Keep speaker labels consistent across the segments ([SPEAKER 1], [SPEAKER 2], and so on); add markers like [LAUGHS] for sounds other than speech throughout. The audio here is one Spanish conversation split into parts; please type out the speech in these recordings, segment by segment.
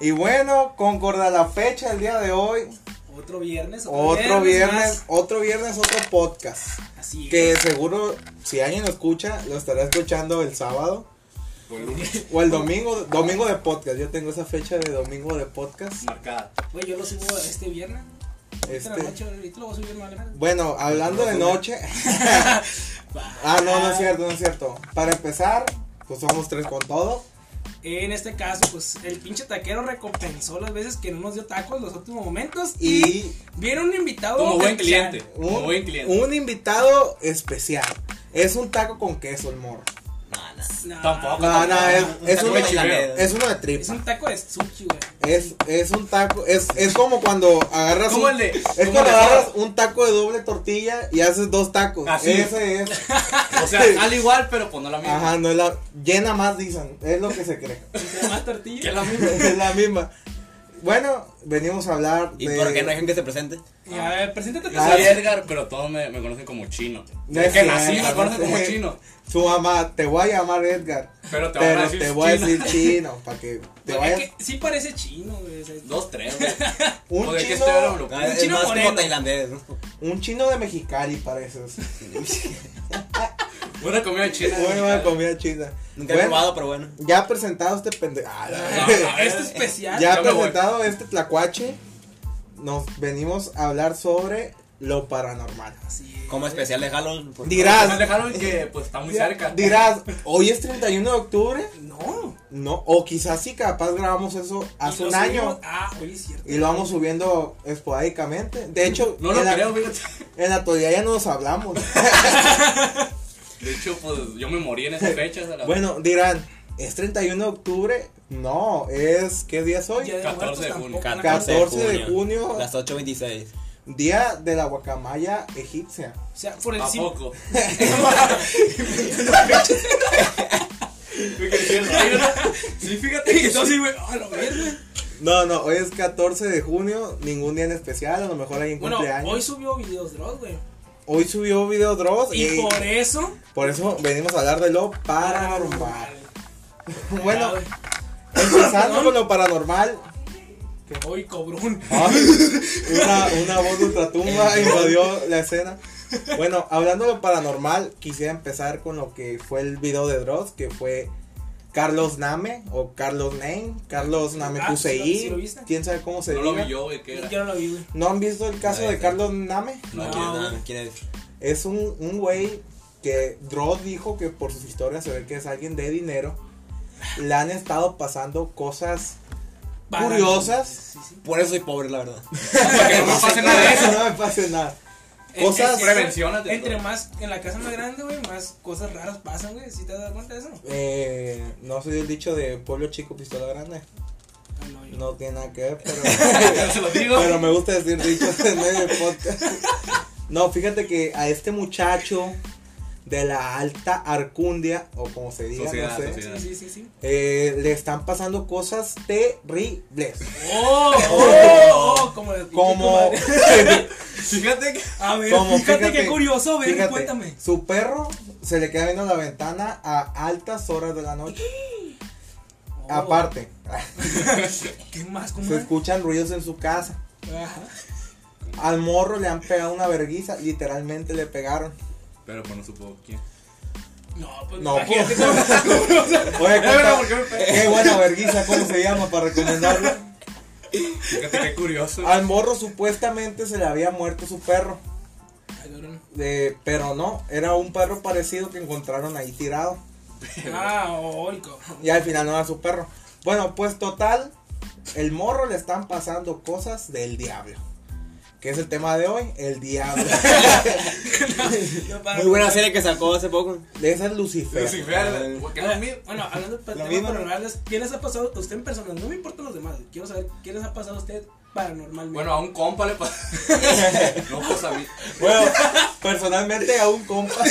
[SPEAKER 1] Y bueno, concorda la fecha el día de hoy.
[SPEAKER 2] Otro viernes.
[SPEAKER 1] Otro viernes,
[SPEAKER 2] más.
[SPEAKER 1] otro viernes, otro podcast.
[SPEAKER 2] Así
[SPEAKER 1] Que
[SPEAKER 2] es.
[SPEAKER 1] seguro, si alguien lo escucha, lo estará escuchando el sábado.
[SPEAKER 3] Con lunes
[SPEAKER 1] O el domingo, domingo de podcast. Yo tengo esa fecha de domingo de podcast.
[SPEAKER 3] marcada.
[SPEAKER 2] Güey, yo lo subo este viernes. Este. La
[SPEAKER 1] Este,
[SPEAKER 2] noche, ahorita lo voy a subir, ¿no, Alejandro?
[SPEAKER 1] bueno, hablando de noche. [LAUGHS] Ah, no, no es cierto, no es cierto. Para empezar, pues somos tres con todo.
[SPEAKER 2] En este caso, pues el pinche taquero recompensó las veces que no nos dio tacos en los últimos momentos. Y,
[SPEAKER 1] Y
[SPEAKER 2] viene un invitado.
[SPEAKER 3] Como buen
[SPEAKER 2] especial.
[SPEAKER 3] cliente. Como
[SPEAKER 1] un,
[SPEAKER 3] buen cliente.
[SPEAKER 1] un invitado especial. Es un taco con queso, el morro.
[SPEAKER 4] No, no.
[SPEAKER 2] No,
[SPEAKER 3] Tampoco.
[SPEAKER 1] No, Ah, no, es,
[SPEAKER 4] Un
[SPEAKER 1] es
[SPEAKER 4] taco
[SPEAKER 1] uno,
[SPEAKER 4] de chileo.
[SPEAKER 1] es uno de
[SPEAKER 2] Es
[SPEAKER 1] tripa.
[SPEAKER 2] un taco de sushi, güey.
[SPEAKER 1] Es, es un taco, es, es como cuando agarras
[SPEAKER 3] Como
[SPEAKER 1] un,
[SPEAKER 3] el de-
[SPEAKER 1] es
[SPEAKER 3] como
[SPEAKER 1] cuando
[SPEAKER 3] el de-
[SPEAKER 1] agarras un taco de doble tortilla y haces dos tacos.
[SPEAKER 3] Así.
[SPEAKER 1] Ese
[SPEAKER 3] [LAUGHS]
[SPEAKER 1] es.
[SPEAKER 3] O sea,
[SPEAKER 1] [LAUGHS]
[SPEAKER 4] Al igual, pero pues no la misma.
[SPEAKER 1] Ajá, no es la. Llena más, dicen. Es lo que se
[SPEAKER 3] [LAUGHS]
[SPEAKER 1] cree.
[SPEAKER 2] Entre más
[SPEAKER 3] que
[SPEAKER 2] tortillas.
[SPEAKER 1] [LAUGHS]
[SPEAKER 3] la misma.
[SPEAKER 1] es la misma. Bueno, venimos a hablar
[SPEAKER 4] ¿Y
[SPEAKER 1] de.
[SPEAKER 4] por qué no dejan que se presente?
[SPEAKER 2] Y a ver, preséntate.
[SPEAKER 3] Yo
[SPEAKER 2] pues.
[SPEAKER 1] Ah,
[SPEAKER 3] soy
[SPEAKER 1] sí.
[SPEAKER 3] Edgar, pero todos me, me conocen como chino.
[SPEAKER 1] No
[SPEAKER 3] Es que
[SPEAKER 1] es
[SPEAKER 3] nací, me
[SPEAKER 1] cierto. [LAUGHS]
[SPEAKER 3] conocen como chino.
[SPEAKER 1] Su mamá, te voy a llamar Edgar.
[SPEAKER 3] Pero te van a
[SPEAKER 1] Pero
[SPEAKER 3] decir
[SPEAKER 1] te voy a
[SPEAKER 3] chino.
[SPEAKER 1] decir
[SPEAKER 3] [LAUGHS]
[SPEAKER 1] chino. Para que te
[SPEAKER 2] Es
[SPEAKER 1] vayas.
[SPEAKER 2] que sí parece chino, güey. o sea,
[SPEAKER 3] Dos, tres,
[SPEAKER 1] [LAUGHS]
[SPEAKER 3] güey.
[SPEAKER 1] Un
[SPEAKER 3] O de que
[SPEAKER 1] chino-
[SPEAKER 3] este era un local.
[SPEAKER 4] Ah, Es
[SPEAKER 2] chino
[SPEAKER 4] más
[SPEAKER 2] moreno.
[SPEAKER 4] como tailandés, ¿no?
[SPEAKER 1] Un chino de Mexicali,
[SPEAKER 3] [LAUGHS]
[SPEAKER 1] pareces.
[SPEAKER 3] Una comida china.
[SPEAKER 1] Muy buena comida china.
[SPEAKER 4] Nunca he
[SPEAKER 1] Bueno,
[SPEAKER 4] probado, pero bueno.
[SPEAKER 1] Ya presentado este pendejo. Ah,
[SPEAKER 3] [LAUGHS]
[SPEAKER 1] la
[SPEAKER 3] No,
[SPEAKER 1] verga.
[SPEAKER 2] [LAUGHS]
[SPEAKER 3] no,
[SPEAKER 2] Este
[SPEAKER 3] este es-
[SPEAKER 2] especial.
[SPEAKER 1] ya
[SPEAKER 3] yo me voy.
[SPEAKER 1] presentado este tlacuache, nos venimos a hablar sobre lo paranormal.
[SPEAKER 2] Así es.
[SPEAKER 4] Como especial de Halloween. pues,
[SPEAKER 3] Nos
[SPEAKER 1] Dirás,
[SPEAKER 3] dejaron que pues está muy cerca.
[SPEAKER 1] dirás, hoy es 31 de octubre,
[SPEAKER 2] No.
[SPEAKER 1] no, o quizás sí, capaz grabamos eso hace
[SPEAKER 2] Y
[SPEAKER 1] un
[SPEAKER 2] lo subimos-
[SPEAKER 1] año
[SPEAKER 2] Ah, oye, es cierto.
[SPEAKER 1] y lo vamos subiendo esporádicamente. De hecho,
[SPEAKER 3] No lo
[SPEAKER 1] en, la,
[SPEAKER 3] creo, fíjate.
[SPEAKER 1] en la actualidad ya nos hablamos.
[SPEAKER 3] De hecho, pues yo me morí en esas fechas. a la-
[SPEAKER 1] bueno, dirán, ¿es 31 de octubre? No, es, ¿qué día es hoy?
[SPEAKER 2] Día de
[SPEAKER 3] 14
[SPEAKER 2] Muertos
[SPEAKER 3] de
[SPEAKER 2] tampoco,
[SPEAKER 3] junio.
[SPEAKER 2] ¿no?
[SPEAKER 1] 14 de junio.
[SPEAKER 4] Las 8.26.
[SPEAKER 1] Día de la guacamaya egipcia.
[SPEAKER 2] O sea, por
[SPEAKER 3] ¿A
[SPEAKER 2] encima.
[SPEAKER 3] [LAUGHS] poco? Me crecí el rayo, ¿no?
[SPEAKER 2] Sí, fíjate que yo [LAUGHS] sí, güey. A la verga.
[SPEAKER 1] No, no, hoy es 14 de junio, ningún día en especial, a lo mejor hay un
[SPEAKER 2] Bueno,
[SPEAKER 1] cumpleaños.
[SPEAKER 2] hoy
[SPEAKER 1] Hoy,
[SPEAKER 2] subió videos Dross, güey.
[SPEAKER 1] subió video Dross y,
[SPEAKER 2] Y por eso.
[SPEAKER 1] por eso venimos a hablar de lo paranormal. Ah, bueno,
[SPEAKER 2] Cuidado,
[SPEAKER 1] empezando
[SPEAKER 2] Perdón.
[SPEAKER 1] con lo paranormal.
[SPEAKER 2] que Hoy cobrón.
[SPEAKER 1] ay, una, una voz de
[SPEAKER 2] [LAUGHS]
[SPEAKER 1] ultratumba invadió la escena. Bueno, hablando de lo paranormal, quisiera empezar con lo que fue el video de Dross, que fue Carlos Name o Carlos Name, Carlos Name
[SPEAKER 2] Ah, sí lo- sí lo viste.
[SPEAKER 1] quién sabe cómo se
[SPEAKER 3] No lo vi
[SPEAKER 1] diga.
[SPEAKER 3] yo, güey, ¿qué era?
[SPEAKER 2] [LAUGHS] Yo no lo vi, güey.
[SPEAKER 1] ¿No han visto el caso
[SPEAKER 4] No,
[SPEAKER 1] de
[SPEAKER 4] ese.
[SPEAKER 1] Carlos Name?
[SPEAKER 4] No,
[SPEAKER 2] No,
[SPEAKER 4] quiere nada,
[SPEAKER 2] güey.
[SPEAKER 4] no quiere decir.
[SPEAKER 1] Es un, un güey que Dross dijo que por sus historias se ve que es alguien de dinero. Le han estado pasando cosas
[SPEAKER 2] Para-
[SPEAKER 1] curiosas.
[SPEAKER 2] Sí, sí.
[SPEAKER 4] Por eso soy pobre, la verdad.
[SPEAKER 3] Para que no me pase nada de eso.
[SPEAKER 1] No me pase nada.
[SPEAKER 2] Es-
[SPEAKER 1] Cosas-
[SPEAKER 2] es-
[SPEAKER 3] Prevención ante
[SPEAKER 2] Entre
[SPEAKER 3] todo.
[SPEAKER 2] más. En la casa más grande, güey, más cosas raras pasan, güey. ¿Sí te has dado cuenta de eso?
[SPEAKER 1] Eh, no soy el dicho de pueblo chico, pistola grande.
[SPEAKER 2] Ah, no, yo.
[SPEAKER 1] No tiene nada que ver, pero,
[SPEAKER 3] [LAUGHS] Yo se lo digo.
[SPEAKER 1] pero me gusta decir dichos en medio del podcast. No, fíjate que a este muchacho de la alta arcundia, o como se diga,
[SPEAKER 3] Sociedad,
[SPEAKER 1] no sé,
[SPEAKER 3] sociedad.
[SPEAKER 2] Sí, sí, sí. sí.
[SPEAKER 1] eh, le están pasando cosas terribles.
[SPEAKER 2] ¡Oh! ¡Oh! oh, como la-
[SPEAKER 1] Como, [LAUGHS]
[SPEAKER 3] Fíjate que.
[SPEAKER 2] A ver,
[SPEAKER 1] Como,
[SPEAKER 2] fíjate,
[SPEAKER 1] fíjate,
[SPEAKER 2] qué curioso, ver,
[SPEAKER 1] fíjate,
[SPEAKER 2] cuéntame.
[SPEAKER 1] su perro se le queda viendo la ventana a altas horas de la noche.
[SPEAKER 2] Oh,
[SPEAKER 1] Aparte,
[SPEAKER 2] ¿Qué más,
[SPEAKER 1] se
[SPEAKER 2] comadre?
[SPEAKER 1] escuchan ruidos en su casa.
[SPEAKER 2] Ajá.
[SPEAKER 1] Al morro le han pegado una verguiza, literalmente le pegaron.
[SPEAKER 3] Pero pues no supo quién.
[SPEAKER 2] No, pues
[SPEAKER 1] No,
[SPEAKER 2] no. Imagínate
[SPEAKER 1] [LAUGHS] pues.
[SPEAKER 2] cómo-
[SPEAKER 1] Oye,
[SPEAKER 3] Eh, bueno,
[SPEAKER 1] compa,
[SPEAKER 3] ¿por qué me pegas?
[SPEAKER 1] qué buena verguiza, ¿cómo se llama para
[SPEAKER 2] [LAUGHS]
[SPEAKER 1] recomendarlo?
[SPEAKER 3] Fíjate qué curioso.
[SPEAKER 1] Al morro supuestamente se le había muerto su perro, pues.
[SPEAKER 2] Ay, cabrón.
[SPEAKER 1] eh, pero no, era un perro parecido que encontraron ahí tirado.
[SPEAKER 2] Ah, hoy,
[SPEAKER 1] [LAUGHS]
[SPEAKER 2] cabrón.
[SPEAKER 1] Y al final no era su perro. Bueno, pues total, el morro le están pasando cosas del diablo. Que es el tema de hoy, el diablo.
[SPEAKER 2] No, para-
[SPEAKER 4] Muy buena serie que sacó hace poco.
[SPEAKER 1] De esa es Lucifer.
[SPEAKER 3] Lucifer, ¿por qué no
[SPEAKER 2] Ahora,
[SPEAKER 3] es mío?
[SPEAKER 2] Bueno, hablando de temas
[SPEAKER 1] mismo, ¿no?
[SPEAKER 2] paranormales, ¿qué les ha pasado a usted en personal? No me importan los demás, quiero saber qué les ha pasado a usted paranormalmente.
[SPEAKER 3] Bueno, a un compa le pasó. [LAUGHS] No, pues a mí.
[SPEAKER 1] [LAUGHS] Bueno, personalmente a un compa,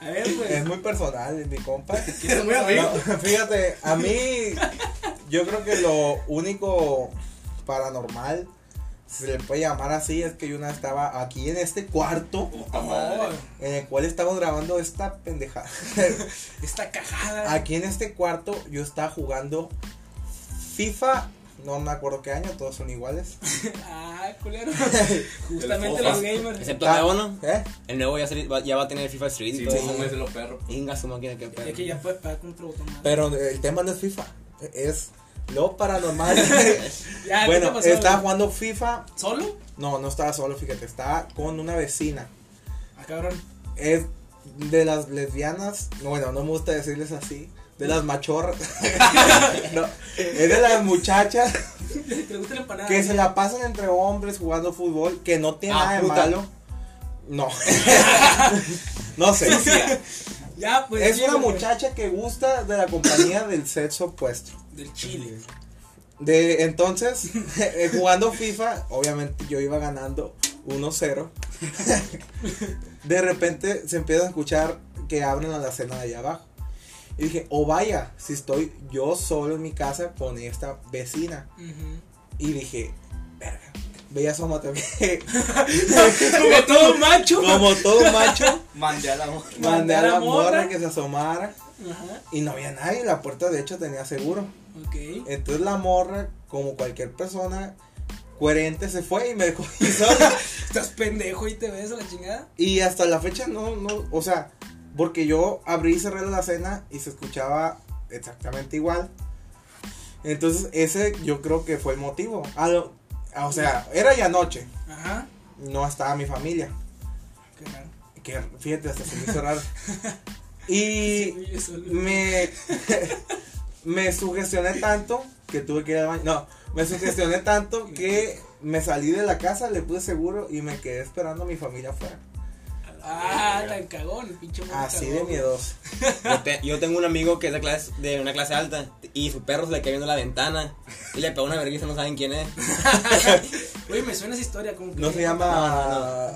[SPEAKER 2] a ver,
[SPEAKER 1] es
[SPEAKER 2] güey.
[SPEAKER 1] muy personal mi compa.
[SPEAKER 3] [LAUGHS] Es muy amigo.
[SPEAKER 1] No, fíjate, a mí yo creo que lo único paranormal, si se le puede llamar así, es que yo una vez estaba aquí en este cuarto
[SPEAKER 3] Puta madre.
[SPEAKER 1] en el cual estamos grabando esta pendejada.
[SPEAKER 2] esta cajada.
[SPEAKER 1] Aquí en este cuarto yo estaba jugando FIFA, no me acuerdo qué año, todos son iguales.
[SPEAKER 2] Ah,
[SPEAKER 1] [LAUGHS]
[SPEAKER 2] culero.
[SPEAKER 3] El
[SPEAKER 2] Justamente los
[SPEAKER 3] Fofas.
[SPEAKER 2] gamers.
[SPEAKER 4] Excepto el nuevo, ¿no?
[SPEAKER 1] ¿Eh?
[SPEAKER 4] El nuevo ya, sali- va, ya va a tener FIFA Street
[SPEAKER 3] Sí,
[SPEAKER 4] y todo
[SPEAKER 3] pues,
[SPEAKER 4] eso.
[SPEAKER 3] no es de los perros.
[SPEAKER 4] Inga su máquina que
[SPEAKER 2] Es que ya puedes pagar con otro botón más.
[SPEAKER 1] Pero eh, el tema no es FIFA, es lo
[SPEAKER 2] [LAUGHS]
[SPEAKER 1] paranormal.
[SPEAKER 2] Ya, ¿qué
[SPEAKER 1] [LAUGHS]
[SPEAKER 2] te
[SPEAKER 1] bueno,
[SPEAKER 2] pasó,
[SPEAKER 1] estaba
[SPEAKER 2] güey?
[SPEAKER 1] jugando FIFA,
[SPEAKER 2] ¿Solo?
[SPEAKER 1] no, no estaba solo, fíjate, estaba con una vecina.
[SPEAKER 2] Ah, cabrón. [LAUGHS]
[SPEAKER 1] Es de las lesbianas, bueno, no me gusta decirles así, de las machorras. [LAUGHS] no, es de las muchachas
[SPEAKER 2] ¿Te gusta la empanada? [LAUGHS]
[SPEAKER 1] que se la pasan entre hombres jugando fútbol, que no tiene
[SPEAKER 4] Ah,
[SPEAKER 1] nada de
[SPEAKER 4] puta.
[SPEAKER 1] malo. No. [LAUGHS] no sé. [LAUGHS]
[SPEAKER 2] Ya, ah, pues.
[SPEAKER 1] Es
[SPEAKER 2] sí,
[SPEAKER 1] una
[SPEAKER 2] güey.
[SPEAKER 1] muchacha que gusta de la compañía del sexo opuesto.
[SPEAKER 2] Del chile.
[SPEAKER 1] De entonces, [LAUGHS] eh, jugando FIFA, obviamente yo iba ganando 1-0. [LAUGHS] de repente se empieza a escuchar que abren a la cena de allá abajo. Y dije, oh vaya, si estoy yo solo en mi casa con esta vecina.
[SPEAKER 2] Ujú. [LAUGHS]
[SPEAKER 1] Y dije, verga, ve y asómate. que
[SPEAKER 2] Como todo macho.
[SPEAKER 1] Como todo macho,
[SPEAKER 3] [LAUGHS] Mandé a la mujer.
[SPEAKER 1] mandé a la morra
[SPEAKER 2] morra.
[SPEAKER 1] que se asomara.
[SPEAKER 2] Ajá.
[SPEAKER 1] Y no había nadie, la puerta de hecho tenía seguro.
[SPEAKER 2] Ok.
[SPEAKER 1] Entonces la morra, como cualquier persona coherente, se fue y me dejó ahí [LAUGHS] sola.
[SPEAKER 2] Estás pendejo y te ves a la chingada.
[SPEAKER 1] Y hasta la fecha no, no, o sea, porque yo abrí y cerré la cena y se escuchaba exactamente igual. Entonces ese yo creo que fue el motivo. A lo- a- o sea, era ya noche,
[SPEAKER 2] Ajá.
[SPEAKER 1] no estaba mi familia.
[SPEAKER 2] Qué raro.
[SPEAKER 1] Que fíjate, hasta se me hizo [LAUGHS] raro. Y
[SPEAKER 2] Vive solo.
[SPEAKER 1] me, [LAUGHS] me sugestioné tanto que tuve que ir al baño. No, me sugestioné tanto que me salí de la casa, le puse seguro y me quedé esperando a mi familia afuera.
[SPEAKER 2] Ah, tan cagón, pinche morro
[SPEAKER 1] Así de
[SPEAKER 2] cagón.
[SPEAKER 1] miedoso.
[SPEAKER 4] Yo, te- yo tengo un amigo que es de, clase, de una clase alta y su perro se le cayó en la ventana y le pegó una vergüenza, no saben quién es.
[SPEAKER 2] Oye, me suena esa historia como que.
[SPEAKER 1] No se llama.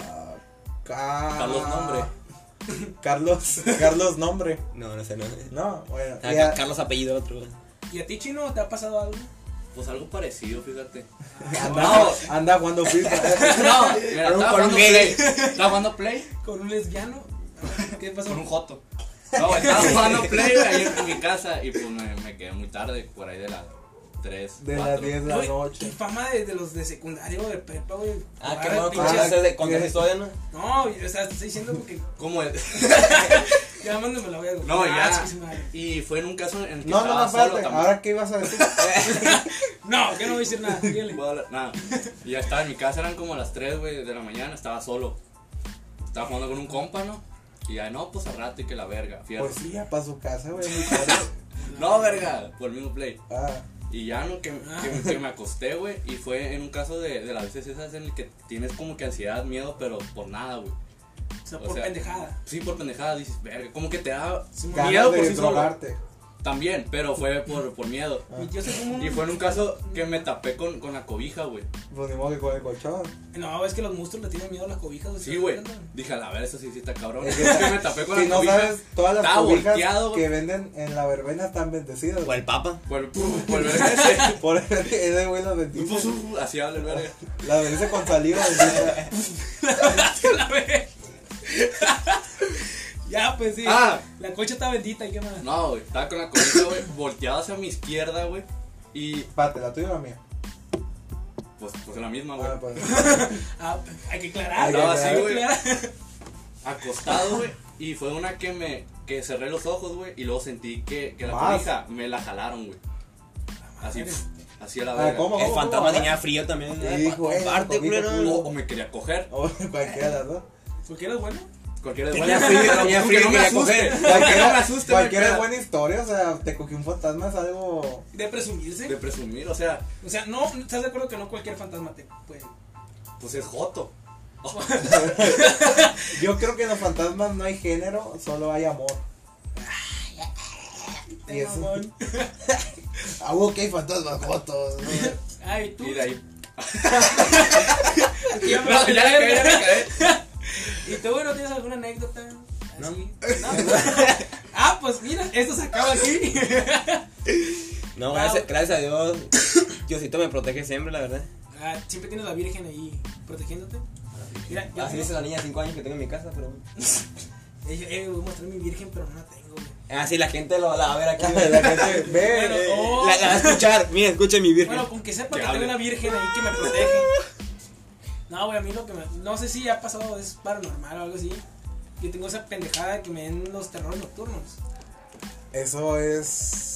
[SPEAKER 1] Ca-
[SPEAKER 3] Carlos Nombre.
[SPEAKER 1] [LAUGHS] Carlos, Carlos Nombre.
[SPEAKER 4] No, no sé, no sé.
[SPEAKER 1] No, bueno.
[SPEAKER 4] Ah,
[SPEAKER 1] ya-
[SPEAKER 4] Ca- Carlos apellido otro. güey.
[SPEAKER 2] ¿Y a ti, chino, te ha pasado algo?
[SPEAKER 3] Pues algo parecido, fíjate.
[SPEAKER 1] anda,
[SPEAKER 3] No.
[SPEAKER 1] anda jugando
[SPEAKER 3] [LAUGHS]
[SPEAKER 1] FIFA.
[SPEAKER 3] No, mira, estaba
[SPEAKER 4] Con un- con un
[SPEAKER 3] jugando
[SPEAKER 4] gay.
[SPEAKER 3] play. Estaba jugando play
[SPEAKER 2] ¿Con un lesbiano? ¿Qué pasó?
[SPEAKER 3] con un joto. [LAUGHS] No, estaba jugando play ahí en mi casa y pues me, me quedé muy tarde, por ahí de las 3.
[SPEAKER 1] De las 10 de la
[SPEAKER 2] Güey, Qué
[SPEAKER 1] noche.
[SPEAKER 2] fama de, de los de secundario o de prepa, güey.
[SPEAKER 4] Ah,
[SPEAKER 2] Jugar
[SPEAKER 4] qué
[SPEAKER 2] al
[SPEAKER 4] bueno,
[SPEAKER 2] pinche-
[SPEAKER 1] pinches-
[SPEAKER 4] pinche de contar esa historia, ¿no?
[SPEAKER 2] No, o sea, te estoy diciendo que.
[SPEAKER 3] ¿Cómo es?
[SPEAKER 2] Ya mándame la verga.
[SPEAKER 3] No,
[SPEAKER 2] Ah,
[SPEAKER 3] ya.
[SPEAKER 2] sí, sí, madre.
[SPEAKER 3] Y fue en un caso en el que
[SPEAKER 1] No, no,
[SPEAKER 3] estaba
[SPEAKER 1] no,
[SPEAKER 3] Ah, solo
[SPEAKER 1] espérate.
[SPEAKER 3] tampoco.
[SPEAKER 1] Ahora, ¿qué ibas a
[SPEAKER 3] [LAUGHS]
[SPEAKER 1] decir?
[SPEAKER 2] No, que no voy a decir nada. dígale.
[SPEAKER 3] Puedo hablar- Nada. Y ya estaba en mi casa, eran como las 3, güey, de la mañana, estaba solo. Estaba jugando con un compa, ¿no? Y ya, no, pues a rato y que la verga, fierro.
[SPEAKER 1] Pues sí, ya para su casa, güey. muy
[SPEAKER 3] [LAUGHS]
[SPEAKER 1] tarde.
[SPEAKER 3] no, verga, por el mismo play.
[SPEAKER 1] Ah,
[SPEAKER 3] Y ya, ¿no? Que, que- que me acosté, güey. Y fue en un caso de, de las veces esas en el que tienes como que ansiedad, miedo, pero por nada, güey.
[SPEAKER 2] O sea,
[SPEAKER 3] O
[SPEAKER 2] por
[SPEAKER 3] sea,
[SPEAKER 2] pendejada.
[SPEAKER 3] Sí, por pendejada, dices, verga, como que te da
[SPEAKER 2] Sí,
[SPEAKER 1] ganas
[SPEAKER 3] miedo por
[SPEAKER 1] de
[SPEAKER 3] sí solo.
[SPEAKER 1] drogarte.
[SPEAKER 3] También, pero fue por, por miedo.
[SPEAKER 1] Ah.
[SPEAKER 2] Yo soy como un-
[SPEAKER 3] Y fue en un caso que me tapé con, con la cobija, güey.
[SPEAKER 1] Pues ni modo que con el colchón.
[SPEAKER 2] No, es que los monstruos le tienen miedo a las cobijas. o sea,
[SPEAKER 3] Sí, güey.
[SPEAKER 2] ¿qué onda?
[SPEAKER 3] Dije, a la verga, eso sí, sí está
[SPEAKER 1] [LAUGHS]
[SPEAKER 3] cabrón.
[SPEAKER 1] Es
[SPEAKER 3] Es
[SPEAKER 1] que
[SPEAKER 3] que
[SPEAKER 1] está-
[SPEAKER 3] me tapé con
[SPEAKER 1] Si
[SPEAKER 3] la
[SPEAKER 1] no
[SPEAKER 3] cobija.
[SPEAKER 1] sabes, todas las
[SPEAKER 3] Está
[SPEAKER 1] cobijas
[SPEAKER 3] volteado, güey.
[SPEAKER 1] que venden en la verbena están bendecidas.
[SPEAKER 4] O el Papa.
[SPEAKER 3] Por, por, por verga ese.
[SPEAKER 1] Por ese güey las
[SPEAKER 3] Y pues,
[SPEAKER 1] bendice.
[SPEAKER 3] uh, así habla el verga.
[SPEAKER 1] [LAUGHS] Las bendice con saliva. bendita.
[SPEAKER 2] La verga. [LAUGHS] ya, pues sí.
[SPEAKER 3] Ah.
[SPEAKER 2] La cocha está bendita. ¿y ¿Qué más?
[SPEAKER 3] No, güey. Estaba con la cobija, güey. Volteado hacia mi izquierda, güey. Y
[SPEAKER 1] Espérate, la tuya o la mía.
[SPEAKER 3] pues, pues la misma, güey.
[SPEAKER 1] Ah, pues. [LAUGHS]
[SPEAKER 2] Ah, hay que aclarar.
[SPEAKER 1] Hay que
[SPEAKER 2] ¿no?
[SPEAKER 1] aclarar.
[SPEAKER 2] Hay que aclarar.
[SPEAKER 3] Acostado, güey. Y fue una que me. Que cerré los ojos, güey. Y luego sentí que, que la
[SPEAKER 1] Más.
[SPEAKER 3] cobija me la jalaron, güey. Así, así a la
[SPEAKER 1] Ah,
[SPEAKER 3] verga.
[SPEAKER 1] ¿cómo?
[SPEAKER 4] El fantasma tenía frío también.
[SPEAKER 1] Sí,
[SPEAKER 4] ¿no?
[SPEAKER 1] hijo, eh,
[SPEAKER 4] Comparte,
[SPEAKER 1] comida,
[SPEAKER 4] culero.
[SPEAKER 3] O, o me quería coger.
[SPEAKER 1] O cualquiera de las dos.
[SPEAKER 2] ¿Por qué eres bueno?
[SPEAKER 3] Cualquiera de
[SPEAKER 4] Tenía
[SPEAKER 3] buena.
[SPEAKER 4] frío, tenía
[SPEAKER 3] Que
[SPEAKER 4] frío,
[SPEAKER 3] no me
[SPEAKER 4] quería
[SPEAKER 3] asuste. [LAUGHS]
[SPEAKER 4] coger.
[SPEAKER 3] Que no me
[SPEAKER 1] Cualquiera,
[SPEAKER 3] asuste,
[SPEAKER 1] cualquiera
[SPEAKER 3] me
[SPEAKER 1] es buena historia, o sea, te cogió un fantasma es algo.
[SPEAKER 2] De presumirse.
[SPEAKER 3] De presumir, o sea,
[SPEAKER 2] O sea, no, ¿estás de acuerdo que no cualquier fantasma te puede?
[SPEAKER 3] pues es joto.
[SPEAKER 1] [LAUGHS] Yo creo que en los fantasmas no hay género, solo hay amor. Y eso.
[SPEAKER 2] Mamón.
[SPEAKER 1] [LAUGHS] Ah, ok, fantasmas, fotos. [LAUGHS] ¿no?
[SPEAKER 2] Ay, tú.
[SPEAKER 3] Y de ahí.
[SPEAKER 2] Aquí [LAUGHS] ya me
[SPEAKER 3] No,
[SPEAKER 2] voy a
[SPEAKER 3] ya le caí, ya
[SPEAKER 2] caer.
[SPEAKER 3] le caí.
[SPEAKER 2] ¿Y tú, güey, no tienes alguna anécdota?
[SPEAKER 4] No.
[SPEAKER 2] Así. No. pues ah, pues mira, esto se acaba aquí.
[SPEAKER 4] No, gracias, gracias a Dios. [COUGHS] Diosito me protege siempre, la verdad.
[SPEAKER 2] Ah, siempre tienes la Virgen ahí protegiéndote. Mira, yo
[SPEAKER 4] Ah, Así dice la niña de 5 años que tengo en mi casa, pero.
[SPEAKER 2] Dije, eh, voy a mostrar mi virgen, pero no la tengo, güey.
[SPEAKER 4] Ah, sí, la gente lo la va a ver aquí.
[SPEAKER 1] La
[SPEAKER 2] [LAUGHS]
[SPEAKER 1] gente ve.
[SPEAKER 2] Bueno,
[SPEAKER 1] eh,
[SPEAKER 2] oh.
[SPEAKER 4] La, la va a escuchar. Miren, escuchen mi virgen.
[SPEAKER 2] Bueno, con que sepa
[SPEAKER 3] Que
[SPEAKER 2] que tengo
[SPEAKER 3] hable.
[SPEAKER 2] una virgen ahí que me protege. No, güey, a mí lo que me. No sé si ha pasado es paranormal o algo así. Yo tengo esa pendejada que me den los terrores nocturnos.
[SPEAKER 1] Eso es.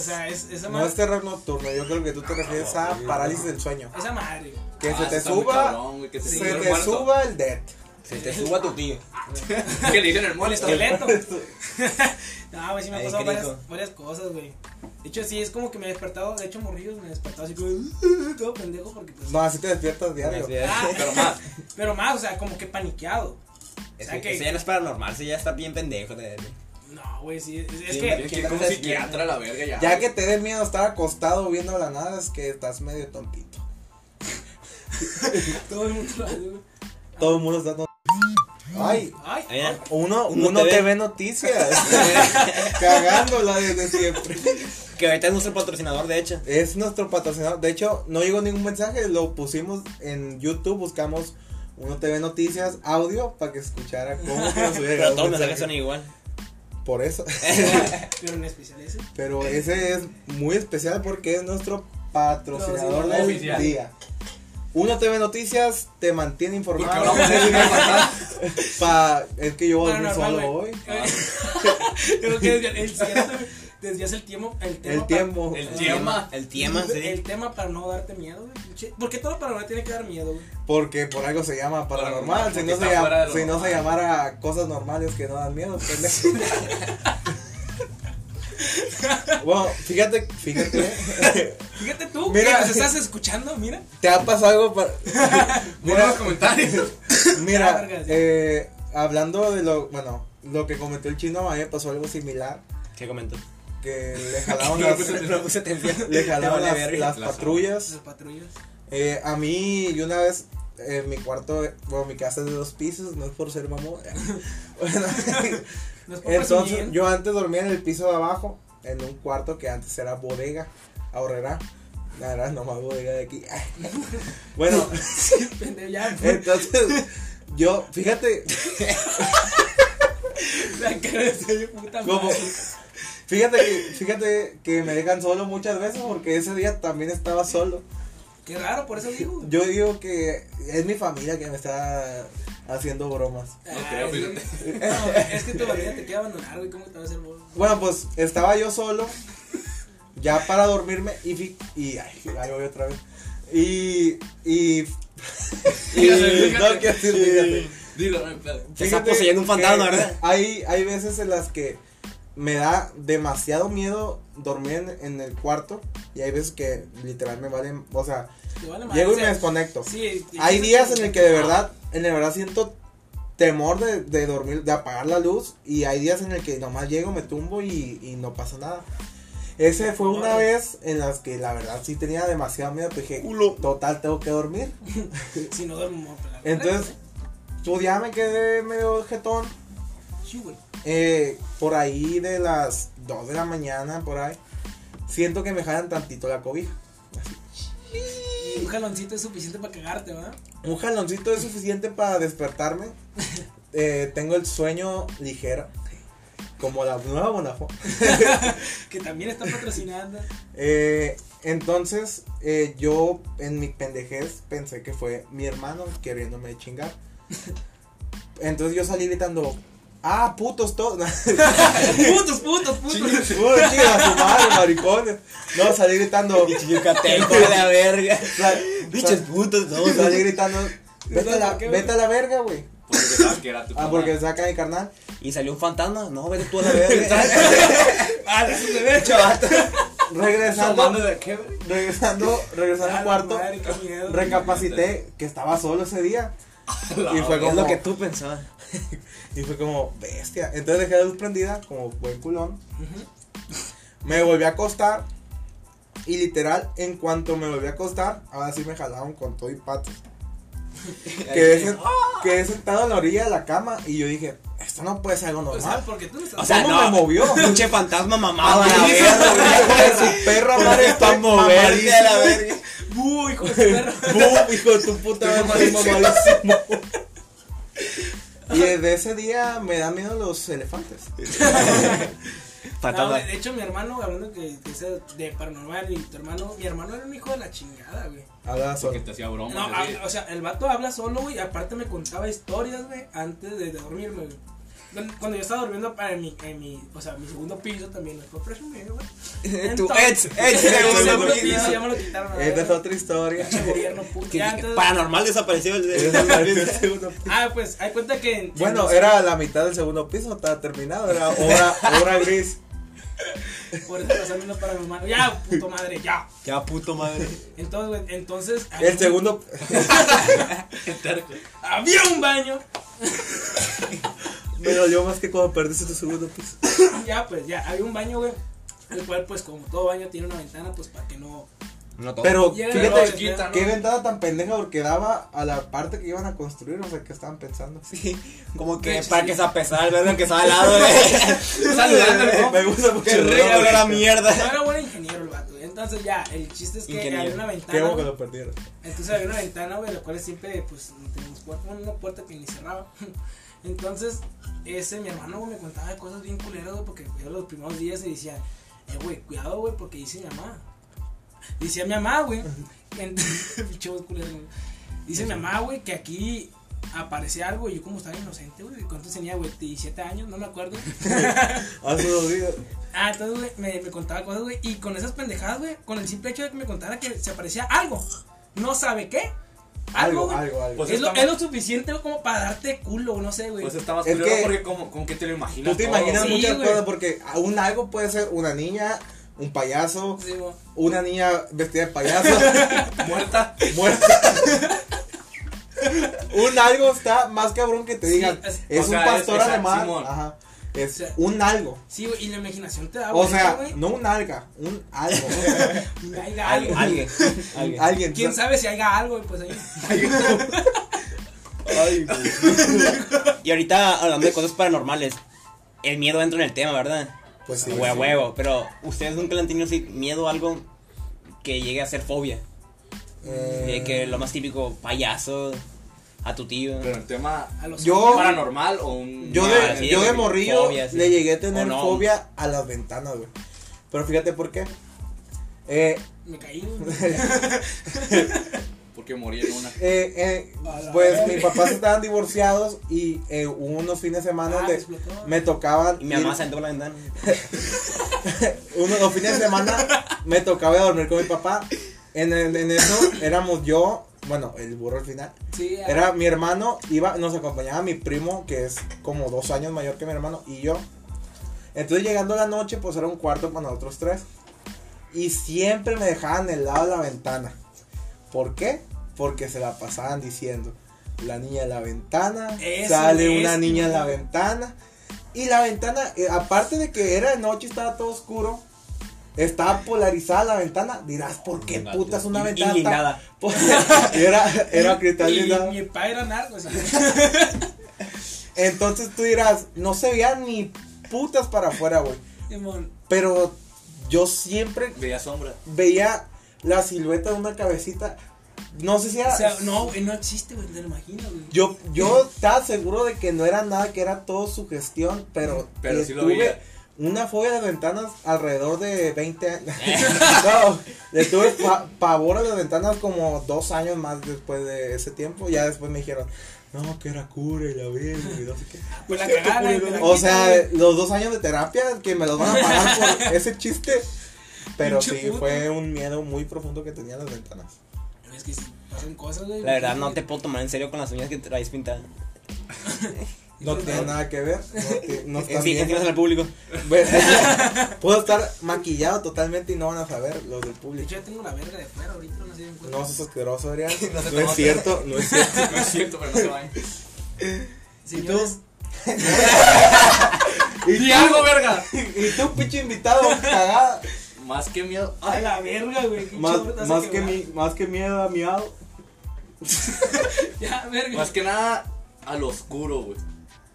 [SPEAKER 2] O sea, es, esa,
[SPEAKER 1] no
[SPEAKER 2] ma-
[SPEAKER 1] es
[SPEAKER 4] este-
[SPEAKER 1] terror nocturno. Yo creo que tú te refieres a parálisis del sueño.
[SPEAKER 2] esa madre. güey.
[SPEAKER 1] Que
[SPEAKER 3] Ah,
[SPEAKER 1] se te
[SPEAKER 3] está muy
[SPEAKER 1] suba.
[SPEAKER 3] cabrón, güey, que se
[SPEAKER 1] Se
[SPEAKER 3] suba el
[SPEAKER 1] te
[SPEAKER 3] muerto.
[SPEAKER 1] suba el dead.
[SPEAKER 4] Se te suba tu tío.
[SPEAKER 3] [LAUGHS] que le dicen el
[SPEAKER 2] O el
[SPEAKER 3] muerto.
[SPEAKER 4] [LAUGHS]
[SPEAKER 2] esqueleto. [LAUGHS] no, güey, sí me han
[SPEAKER 4] Ay,
[SPEAKER 2] pasado
[SPEAKER 4] crico.
[SPEAKER 2] varias, varias cosas, güey. De hecho, sí, es como que me he despertado. De hecho, morrillos me he despertado así como. [LAUGHS] Todo pendejo porque pues.
[SPEAKER 1] No, así te despiertas diario.
[SPEAKER 2] Ah,
[SPEAKER 3] Pero más.
[SPEAKER 2] Pero más, o sea, como que paniqueado.
[SPEAKER 4] Es
[SPEAKER 2] O sea
[SPEAKER 4] que,
[SPEAKER 2] que-
[SPEAKER 4] Eso ya no es paranormal, eso ya está bien pendejo. de- de-
[SPEAKER 2] No, güey, sí. Es, es
[SPEAKER 4] Sí,
[SPEAKER 2] que.
[SPEAKER 4] me-
[SPEAKER 3] Tienes que ir como psiquiatra a la verga ya.
[SPEAKER 1] Ya que te dé miedo estar acostado viendo la nada, es que estás medio tontito.
[SPEAKER 2] Todo el mundo lo hace, güey.
[SPEAKER 1] Todo el mundo está tontito. Ay,
[SPEAKER 2] Ay,
[SPEAKER 4] Ahí, ah.
[SPEAKER 1] uno,
[SPEAKER 4] Uno
[SPEAKER 1] uno
[SPEAKER 4] te
[SPEAKER 1] te
[SPEAKER 4] ve.
[SPEAKER 1] ve noticias.
[SPEAKER 4] [LAUGHS]
[SPEAKER 1] Cagándola desde siempre.
[SPEAKER 4] Que ahorita es nuestro patrocinador, de hecho.
[SPEAKER 1] Es nuestro patrocinador. De hecho, no llegó ningún mensaje. Lo pusimos en YouTube. Buscamos Uno TV Noticias audio para que escuchara cómo que nos hubiera
[SPEAKER 4] [LAUGHS] Pero
[SPEAKER 1] llegado
[SPEAKER 4] todos
[SPEAKER 1] un
[SPEAKER 4] los mensajes son
[SPEAKER 1] mensaje.
[SPEAKER 4] igual.
[SPEAKER 1] Por eso. [LAUGHS]
[SPEAKER 2] pero en especial ese.
[SPEAKER 1] Pero ese es muy especial porque es nuestro patrocinador
[SPEAKER 2] Patrocinador
[SPEAKER 1] del
[SPEAKER 3] oficial.
[SPEAKER 1] día. Uno TV Noticias te mantiene
[SPEAKER 3] Porque
[SPEAKER 1] informado.
[SPEAKER 3] hablamos de eso, ¿no?
[SPEAKER 1] [LAUGHS] Pa- es que yo voy a dormir
[SPEAKER 2] Paranormal,
[SPEAKER 1] solo
[SPEAKER 2] güey. [LAUGHS]
[SPEAKER 1] hoy.
[SPEAKER 3] Ah,
[SPEAKER 2] Tengo que desviar el siguiente- desvías el tiempo. El, tema
[SPEAKER 1] El
[SPEAKER 2] pa-
[SPEAKER 1] tiempo.
[SPEAKER 3] El tiempo.
[SPEAKER 4] El tiema, sí.
[SPEAKER 2] Ah. El tema para no darte miedo, güey. pinche- ¿Por qué todo lo paranormal tiene que dar miedo, güey?
[SPEAKER 1] Porque por algo se llama paranormal.
[SPEAKER 3] Paranormal,
[SPEAKER 1] Si
[SPEAKER 3] porque
[SPEAKER 1] no, se,
[SPEAKER 3] está
[SPEAKER 1] llama-
[SPEAKER 3] fuera de lo
[SPEAKER 1] si no se
[SPEAKER 3] normal.
[SPEAKER 1] llamara cosas normales que no dan miedo, pendejo. bueno, fíjate, fíjate.
[SPEAKER 2] Fíjate tú,
[SPEAKER 1] Mira.
[SPEAKER 2] que nos estás escuchando, mira.
[SPEAKER 1] ¿Te ha pasado algo? pa-
[SPEAKER 3] Pon en los
[SPEAKER 1] mira,
[SPEAKER 3] comentarios.
[SPEAKER 1] mira,
[SPEAKER 2] Ah, verga, sí.
[SPEAKER 1] eh, hablando de lo, bueno, lo que comentó el chino, a mí me pasó algo similar.
[SPEAKER 4] ¿Qué comentó?
[SPEAKER 1] Que le jalaban
[SPEAKER 4] No
[SPEAKER 1] las,
[SPEAKER 4] puse- no puse atención.
[SPEAKER 1] le jalaban
[SPEAKER 4] Te vale
[SPEAKER 1] las,
[SPEAKER 4] verga.
[SPEAKER 1] las
[SPEAKER 3] Las-
[SPEAKER 1] patrullas.
[SPEAKER 2] Las patrullas.
[SPEAKER 1] Eh, a mí, yo una vez, en mi cuarto, eh, bueno, mi casa es de dos pisos, no es por ser mamón. [LAUGHS] Bueno,
[SPEAKER 2] No es por
[SPEAKER 1] entonces,
[SPEAKER 2] presumir.
[SPEAKER 1] yo antes dormía en el piso de abajo, en un cuarto que antes era bodega, ahorrera. La verdad, nomás bodega de aquí. [LAUGHS] bueno,
[SPEAKER 2] [LAUGHS] Pendejo, ya,
[SPEAKER 1] eh,
[SPEAKER 2] güey,
[SPEAKER 1] entonces, yo, fíjate,
[SPEAKER 2] la cara de ese puta
[SPEAKER 1] como,
[SPEAKER 2] madre.
[SPEAKER 1] fíjate que, fíjate que me dejan solo muchas veces porque ese día también estaba solo.
[SPEAKER 2] Qué raro, por eso digo. güey.
[SPEAKER 1] Yo digo que es mi familia que me está haciendo bromas.
[SPEAKER 3] No creo,
[SPEAKER 2] Ay,
[SPEAKER 3] fíjate.
[SPEAKER 2] Ah, sí. [LAUGHS] No, es que tu familia te quiere abandonar, güey. ¿Cómo te va a hacer bobo?
[SPEAKER 1] Bueno, pues estaba yo solo, ya para dormirme, y. fi- y ay, ahí voy otra vez. Y.
[SPEAKER 4] [LAUGHS]
[SPEAKER 1] Y. y
[SPEAKER 3] Fíjate,
[SPEAKER 1] no, que decir, fíjate.
[SPEAKER 3] Dilo, no hay pedo.
[SPEAKER 4] Te está poseyendo un fantasma,
[SPEAKER 1] que
[SPEAKER 4] ¿verdad?
[SPEAKER 1] Hay, hay veces en las que me da demasiado miedo dormir en, en el cuarto, y hay veces que literal me valen. O sea,
[SPEAKER 2] Te vale madre,
[SPEAKER 1] llego
[SPEAKER 2] o
[SPEAKER 1] y
[SPEAKER 2] sea,
[SPEAKER 1] me desconecto.
[SPEAKER 2] Sí, y-
[SPEAKER 1] Hay días en el que de verdad, en el verdad siento temor de, de dormir, de apagar la luz y hay días en el que nomás llego, me tumbo y, y no pasa nada. Ese fue una
[SPEAKER 2] Órale.
[SPEAKER 1] vez en las que la verdad sí tenía demasiado miedo, pues dije, total tengo que dormir.
[SPEAKER 2] Si no duermo, pero la
[SPEAKER 1] Entonces, pues ya me quedé medio jetón,
[SPEAKER 2] verdad, sí, güey.
[SPEAKER 1] eh, por ahí de las 2 de la mañana, por ahí, siento que me jalan tantito la cobija.
[SPEAKER 2] Un jaloncito es suficiente para cagarte, ¿verdad?
[SPEAKER 1] Un jaloncito es suficiente para [LAUGHS] despertarme. Eh, tengo el sueño ligero. Como la nueva Bonafont.
[SPEAKER 2] Que también está patrocinando.
[SPEAKER 4] [LAUGHS]
[SPEAKER 1] Eh, entonces, eh, yo en mi pendejez pensé que fue mi hermano queriéndome [LAUGHS] chingar. Entonces yo salí gritando, ah, putos [LAUGHS] todos.
[SPEAKER 2] putos, putos, putos.
[SPEAKER 4] [LAUGHS]
[SPEAKER 1] Chinga su madre, maricones. No, salí [LAUGHS]
[SPEAKER 4] Oh,
[SPEAKER 1] gritando.
[SPEAKER 4] Yucateco de la verga.
[SPEAKER 1] sal-
[SPEAKER 4] Bichos
[SPEAKER 1] sal-
[SPEAKER 4] putos, no.
[SPEAKER 1] salí gritando, [LAUGHS] vete a la, vete a la verga, güey.
[SPEAKER 3] Porque sabes que era tu
[SPEAKER 1] Ah, porque saca mi carnal.
[SPEAKER 4] Y salió un fantasma. No, vete tú a la verga.
[SPEAKER 2] [LAUGHS] Ah, de su bebé.
[SPEAKER 1] Regresando.
[SPEAKER 3] de qué, güey?
[SPEAKER 1] regresando, regresando
[SPEAKER 2] Ah,
[SPEAKER 1] al cuarto,
[SPEAKER 2] madre, qué miedo.
[SPEAKER 1] recapacité que estaba solo ese día. Y fue
[SPEAKER 4] Es
[SPEAKER 1] como,
[SPEAKER 4] lo que tú pensabas.
[SPEAKER 1] y fue como bestia. Entonces dejé la luz prendida, como buen culón.
[SPEAKER 2] Ujú.
[SPEAKER 1] Me volví a acostar. Y literal, en cuanto me volví a acostar, ahora sí me jalaron con todo y patos. Quedé, sen- quedé sentado en la orilla de la cama y yo dije, esto no puede ser algo
[SPEAKER 2] O sea,
[SPEAKER 1] normal.
[SPEAKER 2] porque tú no estás.
[SPEAKER 4] O sea,
[SPEAKER 1] ¿Cómo
[SPEAKER 4] no.
[SPEAKER 1] me
[SPEAKER 4] Ah,
[SPEAKER 1] movió?
[SPEAKER 4] Pinche fantasma mamado a la
[SPEAKER 1] Hijo
[SPEAKER 4] verga.
[SPEAKER 1] de [LAUGHS] su perra madre está
[SPEAKER 4] Moverte a la verga.
[SPEAKER 2] Uy,
[SPEAKER 4] [LAUGHS]
[SPEAKER 2] hijo de su perro.
[SPEAKER 1] Boom, hijo de tu puta madre, mamadísimo. Y desde ese día me dan miedo los elefantes.
[SPEAKER 2] No,
[SPEAKER 4] Patada.
[SPEAKER 2] güey, de hecho, mi hermano, hablando que, que sea de paranormal y tu hermano, mi hermano era un hijo de la chingada, güey.
[SPEAKER 1] Habla
[SPEAKER 3] Porque
[SPEAKER 1] solo.
[SPEAKER 3] te hacía broma.
[SPEAKER 2] No, ah,
[SPEAKER 3] así.
[SPEAKER 2] hab- o sea, el vato habla solo, güey. Aparte me contaba historias, güey, antes de, de dormirme, güey. Cuando- Cuando yo estaba durmiendo para mi, en mi, o sea, mi segundo piso también, me fue presumido, güey.
[SPEAKER 4] [LAUGHS] Tu ex,
[SPEAKER 2] Entonces-
[SPEAKER 4] ex,
[SPEAKER 2] el
[SPEAKER 1] segundo
[SPEAKER 2] segundo
[SPEAKER 1] piso.
[SPEAKER 2] piso, ya me lo quitaron. a la
[SPEAKER 1] Esta es
[SPEAKER 2] verga.
[SPEAKER 1] otra historia. [LAUGHS]
[SPEAKER 2] Pinche gobierno, puto.
[SPEAKER 4] Que-
[SPEAKER 2] Ya,
[SPEAKER 4] que
[SPEAKER 2] entonces-
[SPEAKER 4] paranormal desapareció el
[SPEAKER 1] Esa es la- el segundo piso.
[SPEAKER 2] Ah, pues, hay cuenta que. en-
[SPEAKER 1] Bueno,
[SPEAKER 2] en-
[SPEAKER 1] era la mitad del segundo piso, estaba terminado, era hora, hora gris.
[SPEAKER 2] Por eso pasarme lo paranormal. Ya, puto madre, ya.
[SPEAKER 4] Ya puto madre.
[SPEAKER 2] Entonces, güey, entonces. había
[SPEAKER 1] El
[SPEAKER 2] un-
[SPEAKER 1] segundo,
[SPEAKER 3] Qué terco.
[SPEAKER 2] Había un baño. [COUGHS]
[SPEAKER 1] me dolió más que cuando perdiste tu segundo piso.
[SPEAKER 2] Ya, pues, ya, había un baño, güey. El cual, pues, como todo baño tiene una ventana, pues, para que no.
[SPEAKER 4] No
[SPEAKER 1] Pero
[SPEAKER 2] Llega
[SPEAKER 1] Oh, fíjate,
[SPEAKER 2] la chiquita, ¿no?
[SPEAKER 1] qué ventana tan pendeja porque daba a la parte que iban a construir, o sea, que estaban pensando.
[SPEAKER 4] Como
[SPEAKER 2] De
[SPEAKER 4] que
[SPEAKER 2] hecho,
[SPEAKER 4] para
[SPEAKER 2] sí.
[SPEAKER 4] que se apesara el verga que estaba al lado, güey.
[SPEAKER 3] Saludando al compa.
[SPEAKER 1] [LAUGHS] Me gusta mucho
[SPEAKER 4] Que
[SPEAKER 1] el
[SPEAKER 4] rey
[SPEAKER 1] olor
[SPEAKER 4] olor
[SPEAKER 1] a
[SPEAKER 4] a
[SPEAKER 1] mierda.
[SPEAKER 2] No
[SPEAKER 4] mierda.
[SPEAKER 2] era buen ingeniero el vato, güey. Entonces, ya, el chiste es que
[SPEAKER 4] Ingeniero.
[SPEAKER 2] había una
[SPEAKER 1] Qué
[SPEAKER 2] ventana.
[SPEAKER 1] bueno que
[SPEAKER 2] güey.
[SPEAKER 1] lo perdieron.
[SPEAKER 2] Entonces, había una ventana, güey, la cual siempre, pues, teníamos puerta, bueno, una puerta que ni cerraba. [LAUGHS] Entonces, ese, mi hermano, güey, me contaba cosas bien culeras, güey, porque yo los primeros días y decía, eh, güey, cuidado, güey, porque dice mi mamá. Dice mi mamá, güey. que en- [LAUGHS] Pinche voz culera, güey. Dice mi mamá, güey, que aquí aparece algo. Y yo, como estaba inocente, güey, ¿cuánto tenía, güey? 17 años, no me acuerdo.
[SPEAKER 1] Hace dos días.
[SPEAKER 2] Ah, entonces, güey, me, me contaba cosas, güey. Y con esas pendejadas, güey, con el simple hecho de que me contara que se aparecía algo. No sabe qué. Algo,
[SPEAKER 1] Algo,
[SPEAKER 2] güey.
[SPEAKER 1] algo, algo.
[SPEAKER 3] Pues
[SPEAKER 2] es, lo,
[SPEAKER 3] está-
[SPEAKER 2] es lo suficiente güey, como para darte culo, no sé, güey.
[SPEAKER 3] Pues está más
[SPEAKER 1] Es
[SPEAKER 3] culero
[SPEAKER 1] que-
[SPEAKER 3] porque como, como que te lo imaginas.
[SPEAKER 1] Tú te
[SPEAKER 3] todo,
[SPEAKER 1] imaginas
[SPEAKER 2] Sí,
[SPEAKER 1] muchas
[SPEAKER 2] güey.
[SPEAKER 1] cosas porque un algo puede ser una niña, un payaso,
[SPEAKER 2] Sí, güey.
[SPEAKER 1] una niña vestida de payaso,
[SPEAKER 3] Muerta.
[SPEAKER 1] muerta. un algo está más cabrón que te
[SPEAKER 2] Sí,
[SPEAKER 1] digan.
[SPEAKER 2] es-
[SPEAKER 1] es
[SPEAKER 3] o
[SPEAKER 1] un
[SPEAKER 3] sea,
[SPEAKER 1] pastor
[SPEAKER 3] es- es-
[SPEAKER 1] alemán.
[SPEAKER 3] Simón.
[SPEAKER 1] Ajá. Es
[SPEAKER 2] O sea,
[SPEAKER 1] un algo.
[SPEAKER 2] Sí, güey, y la imaginación te da
[SPEAKER 1] O
[SPEAKER 2] vuelta,
[SPEAKER 1] sea,
[SPEAKER 2] Ah, güey.
[SPEAKER 1] no un alga, un algo.
[SPEAKER 2] Haiga algo.
[SPEAKER 4] Alguien. Alguien.
[SPEAKER 1] Alguien.
[SPEAKER 2] ¿Quién sabe si haya algo? güey, Pues ahí.
[SPEAKER 1] Ay, güey.
[SPEAKER 4] [LAUGHS] Y ahorita hablando de cosas paranormales. El miedo entra en el tema, ¿verdad?
[SPEAKER 1] Pues sí.
[SPEAKER 4] Huevo, huevo. Pero ustedes nunca le han tenido así miedo a algo que llegue a ser fobia. Eh,
[SPEAKER 1] Eh,
[SPEAKER 4] que lo más típico, payaso, a tu tío.
[SPEAKER 3] Pero el tema
[SPEAKER 2] A los
[SPEAKER 1] Yo-
[SPEAKER 2] hombres.
[SPEAKER 3] paranormal o un.
[SPEAKER 1] Yo
[SPEAKER 4] Ah,
[SPEAKER 1] de,
[SPEAKER 4] sí,
[SPEAKER 1] yo de
[SPEAKER 4] güey,
[SPEAKER 1] morrillo
[SPEAKER 4] fobia, sí.
[SPEAKER 1] le llegué a tener
[SPEAKER 4] O no.
[SPEAKER 1] fobia a las ventanas, güey. Pero fíjate por qué. Eh,
[SPEAKER 2] Me caí. güey.
[SPEAKER 1] [LAUGHS]
[SPEAKER 3] Porque morí en una.
[SPEAKER 1] eh, eh,
[SPEAKER 2] A la
[SPEAKER 1] pues
[SPEAKER 2] verga.
[SPEAKER 1] mis papás estaban divorciados y eh, hubo unos fines de semana
[SPEAKER 2] Ah,
[SPEAKER 1] donde
[SPEAKER 2] explotó.
[SPEAKER 1] me tocaban.
[SPEAKER 4] Y mi
[SPEAKER 1] ir-
[SPEAKER 4] mamá sentó por la ventana.
[SPEAKER 1] uno, los fines de semana me tocaba ir a dormir con mi papá. En, el- en eso éramos yo, bueno, el burro al final.
[SPEAKER 2] Sí, ah,
[SPEAKER 1] Era mi hermano, iba, nos acompañaba mi primo, que es como dos años mayor que mi hermano, y yo. Entonces llegando la noche, pues era un cuarto para nosotros tres. Y siempre me dejaban el lado de la ventana. ¿Por qué? Porque se la pasaban diciendo, la niña de la ventana,
[SPEAKER 2] Eso
[SPEAKER 1] sale una
[SPEAKER 2] es,
[SPEAKER 1] niña de la
[SPEAKER 2] hijo.
[SPEAKER 1] ventana. Y la ventana, eh, aparte de que era de noche, estaba todo oscuro. Estaba polarizada la ventana. Dirás, ¿por qué
[SPEAKER 3] Gato.
[SPEAKER 1] putas una
[SPEAKER 4] Y- y
[SPEAKER 1] ventana? tan-
[SPEAKER 4] blindada.
[SPEAKER 1] Pues, [LAUGHS] era, era cristal
[SPEAKER 2] y
[SPEAKER 1] blindado.
[SPEAKER 2] mi padre era narco. o sea,
[SPEAKER 1] [LAUGHS] Entonces tú dirás, no se veían ni putas para afuera, güey.
[SPEAKER 2] Simón.
[SPEAKER 1] Pero yo siempre
[SPEAKER 3] Veía sombra.
[SPEAKER 1] veía la silueta de una cabecita. No sé si era.
[SPEAKER 2] O sea, no, güey, no existe, güey, te lo imagino, güey.
[SPEAKER 1] Yo, yo estaba seguro de que no era nada, que era todo su gestión, pero, eh,
[SPEAKER 3] Pero sí lo
[SPEAKER 1] tuve
[SPEAKER 3] veía.
[SPEAKER 1] una fobia de ventanas alrededor de 20 años. [LAUGHS] no, le tuve pa- pavor a las ventanas como dos años más después de ese tiempo. Ya después me dijeron, no, que era cura y la virgen y no sé qué. [LAUGHS]
[SPEAKER 2] Pues la cagada, güey, me la
[SPEAKER 1] O
[SPEAKER 2] quita,
[SPEAKER 1] sea, eh,
[SPEAKER 2] güey.
[SPEAKER 1] los dos años de terapia que me los van a pagar por ese chiste. Pero
[SPEAKER 2] Pinche
[SPEAKER 1] sí,
[SPEAKER 2] puto.
[SPEAKER 1] fue un miedo muy profundo que tenía las ventanas.
[SPEAKER 2] Es que sí, pasan cosas, güey.
[SPEAKER 4] La verdad, no te puedo tomar en serio con las uñas que traes pintadas.
[SPEAKER 1] No tiene nada que ver. No, te-
[SPEAKER 4] [LAUGHS]
[SPEAKER 1] no
[SPEAKER 4] En
[SPEAKER 1] está
[SPEAKER 4] fin,
[SPEAKER 1] bien.
[SPEAKER 4] en
[SPEAKER 1] [LAUGHS]
[SPEAKER 4] al público.
[SPEAKER 1] Ve- Pues,
[SPEAKER 3] [LAUGHS]
[SPEAKER 1] Puedo estar maquillado totalmente y no van a saber los del
[SPEAKER 2] De
[SPEAKER 1] público.
[SPEAKER 2] hecho, ya tengo la verga de fuera ahorita, no sé bien cuenta.
[SPEAKER 1] No, sos asqueroso,
[SPEAKER 3] [LAUGHS]
[SPEAKER 1] Adrián. No,
[SPEAKER 4] se
[SPEAKER 1] es
[SPEAKER 4] conoce.
[SPEAKER 1] cierto, no es cierto.
[SPEAKER 3] No es cierto, pero no se vayan.
[SPEAKER 2] Señores,
[SPEAKER 1] ¿Y
[SPEAKER 3] ¡Di algo, verga!
[SPEAKER 1] Y tú, pinche invitado, cagada.
[SPEAKER 3] Más que miedo.
[SPEAKER 2] A
[SPEAKER 3] Ay,
[SPEAKER 2] la verga, güey. qué
[SPEAKER 1] Más,
[SPEAKER 2] chorro te hace
[SPEAKER 1] más, que
[SPEAKER 2] quebrar.
[SPEAKER 1] mi, más que miedo a miado.
[SPEAKER 2] [LAUGHS] Ya, verga.
[SPEAKER 3] Más que nada al oscuro, güey.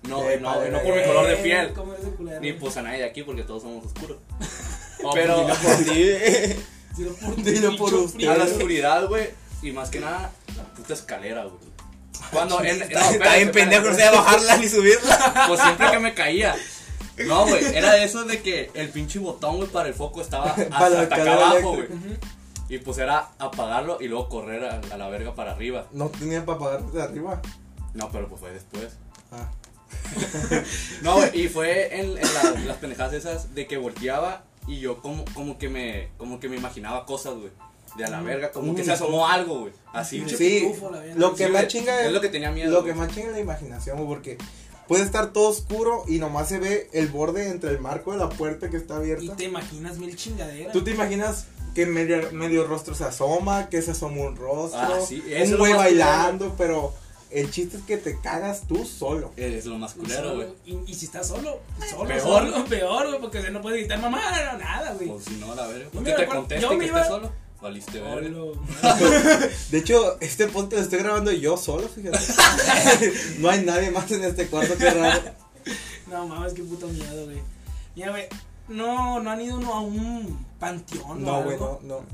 [SPEAKER 3] No,
[SPEAKER 1] Eh,
[SPEAKER 3] güey, no,
[SPEAKER 1] padre,
[SPEAKER 3] güey, no
[SPEAKER 1] güey.
[SPEAKER 3] por mi color de
[SPEAKER 2] Eh,
[SPEAKER 3] piel.
[SPEAKER 2] cómo eres de culero.
[SPEAKER 3] Ni pues a nadie de aquí porque todos
[SPEAKER 1] [LAUGHS]
[SPEAKER 3] somos oscuros. pues,
[SPEAKER 4] Pero.
[SPEAKER 3] Pero
[SPEAKER 2] Dilo por,
[SPEAKER 3] [LAUGHS]
[SPEAKER 1] Dilo por [LAUGHS]
[SPEAKER 2] pincho
[SPEAKER 1] usted.
[SPEAKER 2] frío.
[SPEAKER 3] a la oscuridad, güey. Y más que nada, la puta escalera, güey. Cuando en, no,
[SPEAKER 4] Está
[SPEAKER 3] espérate,
[SPEAKER 4] bien pendejo, no
[SPEAKER 3] espérate.
[SPEAKER 4] sabía bajarla ni subirla.
[SPEAKER 3] Pues siempre que me caía. No, güey, era de eso de que el pinche botón, güey, para el
[SPEAKER 1] [LAUGHS]
[SPEAKER 3] foco estaba
[SPEAKER 1] Para la
[SPEAKER 3] hasta, hasta acá
[SPEAKER 1] escalera
[SPEAKER 3] abajo, güey.
[SPEAKER 1] eléctrica.
[SPEAKER 3] Y pues era apagarlo y luego correr a, a la verga para arriba.
[SPEAKER 1] No tenía para pagar de arriba.
[SPEAKER 3] No, pero pues fue después.
[SPEAKER 1] Ah.
[SPEAKER 3] No, güey, y fue en, en la- las pendejadas esas de que volteaba y yo como, como que me como que me imaginaba cosas, güey. De a la verga, como que se asomó algo, güey. Así, güey.
[SPEAKER 1] Mm. Sí,
[SPEAKER 2] pitufo, la verga.
[SPEAKER 1] lo que
[SPEAKER 3] Sí,
[SPEAKER 1] más
[SPEAKER 3] güey,
[SPEAKER 1] chinga
[SPEAKER 3] es lo que tenía miedo,
[SPEAKER 1] Lo
[SPEAKER 3] güey.
[SPEAKER 1] que más chinga es la imaginación, güey, porque puede estar todo oscuro y nomás se ve el borde entre el marco de la puerta que está
[SPEAKER 2] Y
[SPEAKER 1] abierta.
[SPEAKER 2] te imaginas mil chingaderas.
[SPEAKER 1] ¿Tú te imaginas que medio, medio rostro se asoma, que se asoma un rostro,
[SPEAKER 3] Ah, sí, eso es
[SPEAKER 1] un
[SPEAKER 3] lo
[SPEAKER 1] güey
[SPEAKER 3] más
[SPEAKER 1] bailando, pero el chiste es que te cagas tú solo.
[SPEAKER 3] Es lo más
[SPEAKER 2] Y
[SPEAKER 3] culero,
[SPEAKER 2] solo-
[SPEAKER 3] güey.
[SPEAKER 2] Y, y si estás solo, pues solo,
[SPEAKER 3] Peor.
[SPEAKER 2] solo, peor, güey, porque no puedes gritar mamá, no, nada, güey.
[SPEAKER 1] Pues,
[SPEAKER 3] O Pues si no, a la verga.
[SPEAKER 2] Yo
[SPEAKER 3] Que
[SPEAKER 2] me
[SPEAKER 3] te
[SPEAKER 2] recuerdo- yo
[SPEAKER 3] conteste
[SPEAKER 2] me
[SPEAKER 3] que
[SPEAKER 2] iba-
[SPEAKER 3] estés solo. Valiste verga.
[SPEAKER 2] Solo.
[SPEAKER 1] De hecho, este podcast lo estoy grabando yo solo,
[SPEAKER 3] [LAUGHS]
[SPEAKER 1] fíjate. no hay nadie más en este cuarto, que raro.
[SPEAKER 2] No mames, qué puto miedo, güey. Mira, güey, no, no han ido no, a un panteón o
[SPEAKER 1] No, güey,
[SPEAKER 2] algo?
[SPEAKER 1] no, no.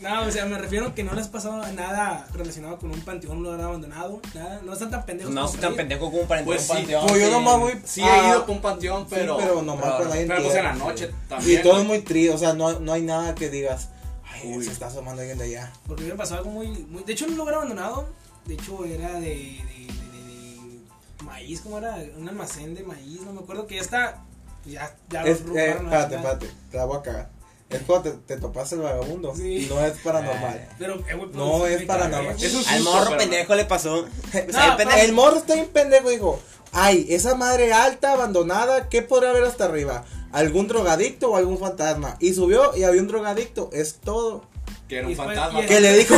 [SPEAKER 2] No, o sea, me refiero que no les ha pasado nada relacionado con un panteón, un lugar abandonado, nada. No están tan pendejos.
[SPEAKER 4] [LAUGHS] No
[SPEAKER 2] como
[SPEAKER 4] soy tan
[SPEAKER 2] para ir.
[SPEAKER 4] pendejo como para entrar
[SPEAKER 3] Pues
[SPEAKER 4] a un
[SPEAKER 3] sí,
[SPEAKER 4] panteón.
[SPEAKER 1] pues yo
[SPEAKER 4] sin-
[SPEAKER 1] nomás voy-
[SPEAKER 3] Sí,
[SPEAKER 1] Ah,
[SPEAKER 3] he ido con Panteón, pero.
[SPEAKER 1] pero nomás
[SPEAKER 3] pero,
[SPEAKER 1] cuando hay
[SPEAKER 3] Pero pues en la
[SPEAKER 1] entierro,
[SPEAKER 3] noche también.
[SPEAKER 1] Y todo es
[SPEAKER 3] güey.
[SPEAKER 1] muy tri, o sea, no, no hay nada que digas, ay,
[SPEAKER 3] Uy.
[SPEAKER 1] se está asomando alguien de allá.
[SPEAKER 2] Porque a mí me pasó algo muy, muy. De hecho, en un lugar abandonado, de hecho, era de. de, de- de- de maíz, ¿cómo era? Un almacén de maíz, no me acuerdo que ya está. pues Ya, ya lo
[SPEAKER 1] Es, eh,
[SPEAKER 2] robaron, la
[SPEAKER 1] espérate,
[SPEAKER 2] chingada.
[SPEAKER 1] espérate, te la voy a cagar. Es cuando te, te topas el vagabundo,
[SPEAKER 2] Sí.
[SPEAKER 1] no es paranormal.
[SPEAKER 2] Pero, eh, güey, pues,
[SPEAKER 1] No, es
[SPEAKER 2] me
[SPEAKER 1] paranormal.
[SPEAKER 2] cagué, güey.
[SPEAKER 1] Es un
[SPEAKER 4] Al
[SPEAKER 1] susto,
[SPEAKER 4] morro
[SPEAKER 3] pero-
[SPEAKER 4] pendejo
[SPEAKER 1] [LAUGHS]
[SPEAKER 4] le pasó. O sea,
[SPEAKER 2] No,
[SPEAKER 4] el pendejo-
[SPEAKER 1] El morro está bien pendejo, dijo, ay, esa madre alta, abandonada, ¿qué podrá haber hasta arriba? ¿Algún drogadicto o algún fantasma? Y subió y había un drogadicto, es todo.
[SPEAKER 3] Que era
[SPEAKER 2] Y
[SPEAKER 3] un
[SPEAKER 2] fue-
[SPEAKER 3] fantasma.
[SPEAKER 2] y-
[SPEAKER 1] Que le
[SPEAKER 4] [LAUGHS]
[SPEAKER 1] dijo,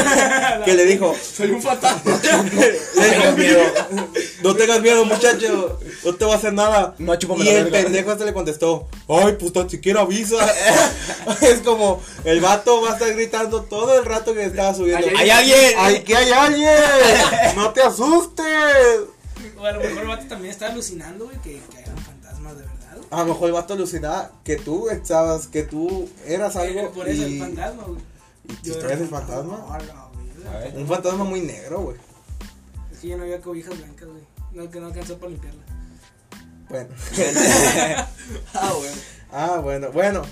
[SPEAKER 1] que le dijo,
[SPEAKER 3] Soy
[SPEAKER 1] [LAUGHS]
[SPEAKER 3] un fantasma.
[SPEAKER 1] le dijo, no tengas miedo muchacho, no te va a hacer nada.
[SPEAKER 4] No, chúpame
[SPEAKER 1] Y
[SPEAKER 4] la
[SPEAKER 1] el
[SPEAKER 4] verga.
[SPEAKER 1] pendejo este le contestó, ay, pues tan siquiera avisa. [LAUGHS] es como, el vato va a estar gritando todo el rato que estaba subiendo.
[SPEAKER 3] Ay,
[SPEAKER 4] ¡Hay alguien!
[SPEAKER 1] ¡Ay, que hay alguien! ¡No te asustes!
[SPEAKER 2] [LAUGHS] O a lo mejor el vato también está alucinando, güey, que, que eran fantasmas de verdad.
[SPEAKER 1] A lo mejor el vato alucinaba que tú estabas, que tú eras
[SPEAKER 2] güey.
[SPEAKER 1] algo.
[SPEAKER 2] Por eso el
[SPEAKER 1] y-
[SPEAKER 2] fantasma, güey.
[SPEAKER 1] ¿Y tú eres el fantasma?
[SPEAKER 2] No, no,
[SPEAKER 4] A
[SPEAKER 2] güey.
[SPEAKER 4] ver.
[SPEAKER 1] Un fantasma muy negro, güey.
[SPEAKER 2] Es que ya no había cobijas blancas, güey. No, que no alcanzó para
[SPEAKER 4] [LAUGHS]
[SPEAKER 2] limpiarla.
[SPEAKER 1] Bueno. [LAUGHS]
[SPEAKER 3] Ah, güey.
[SPEAKER 1] Ah, bueno, bueno.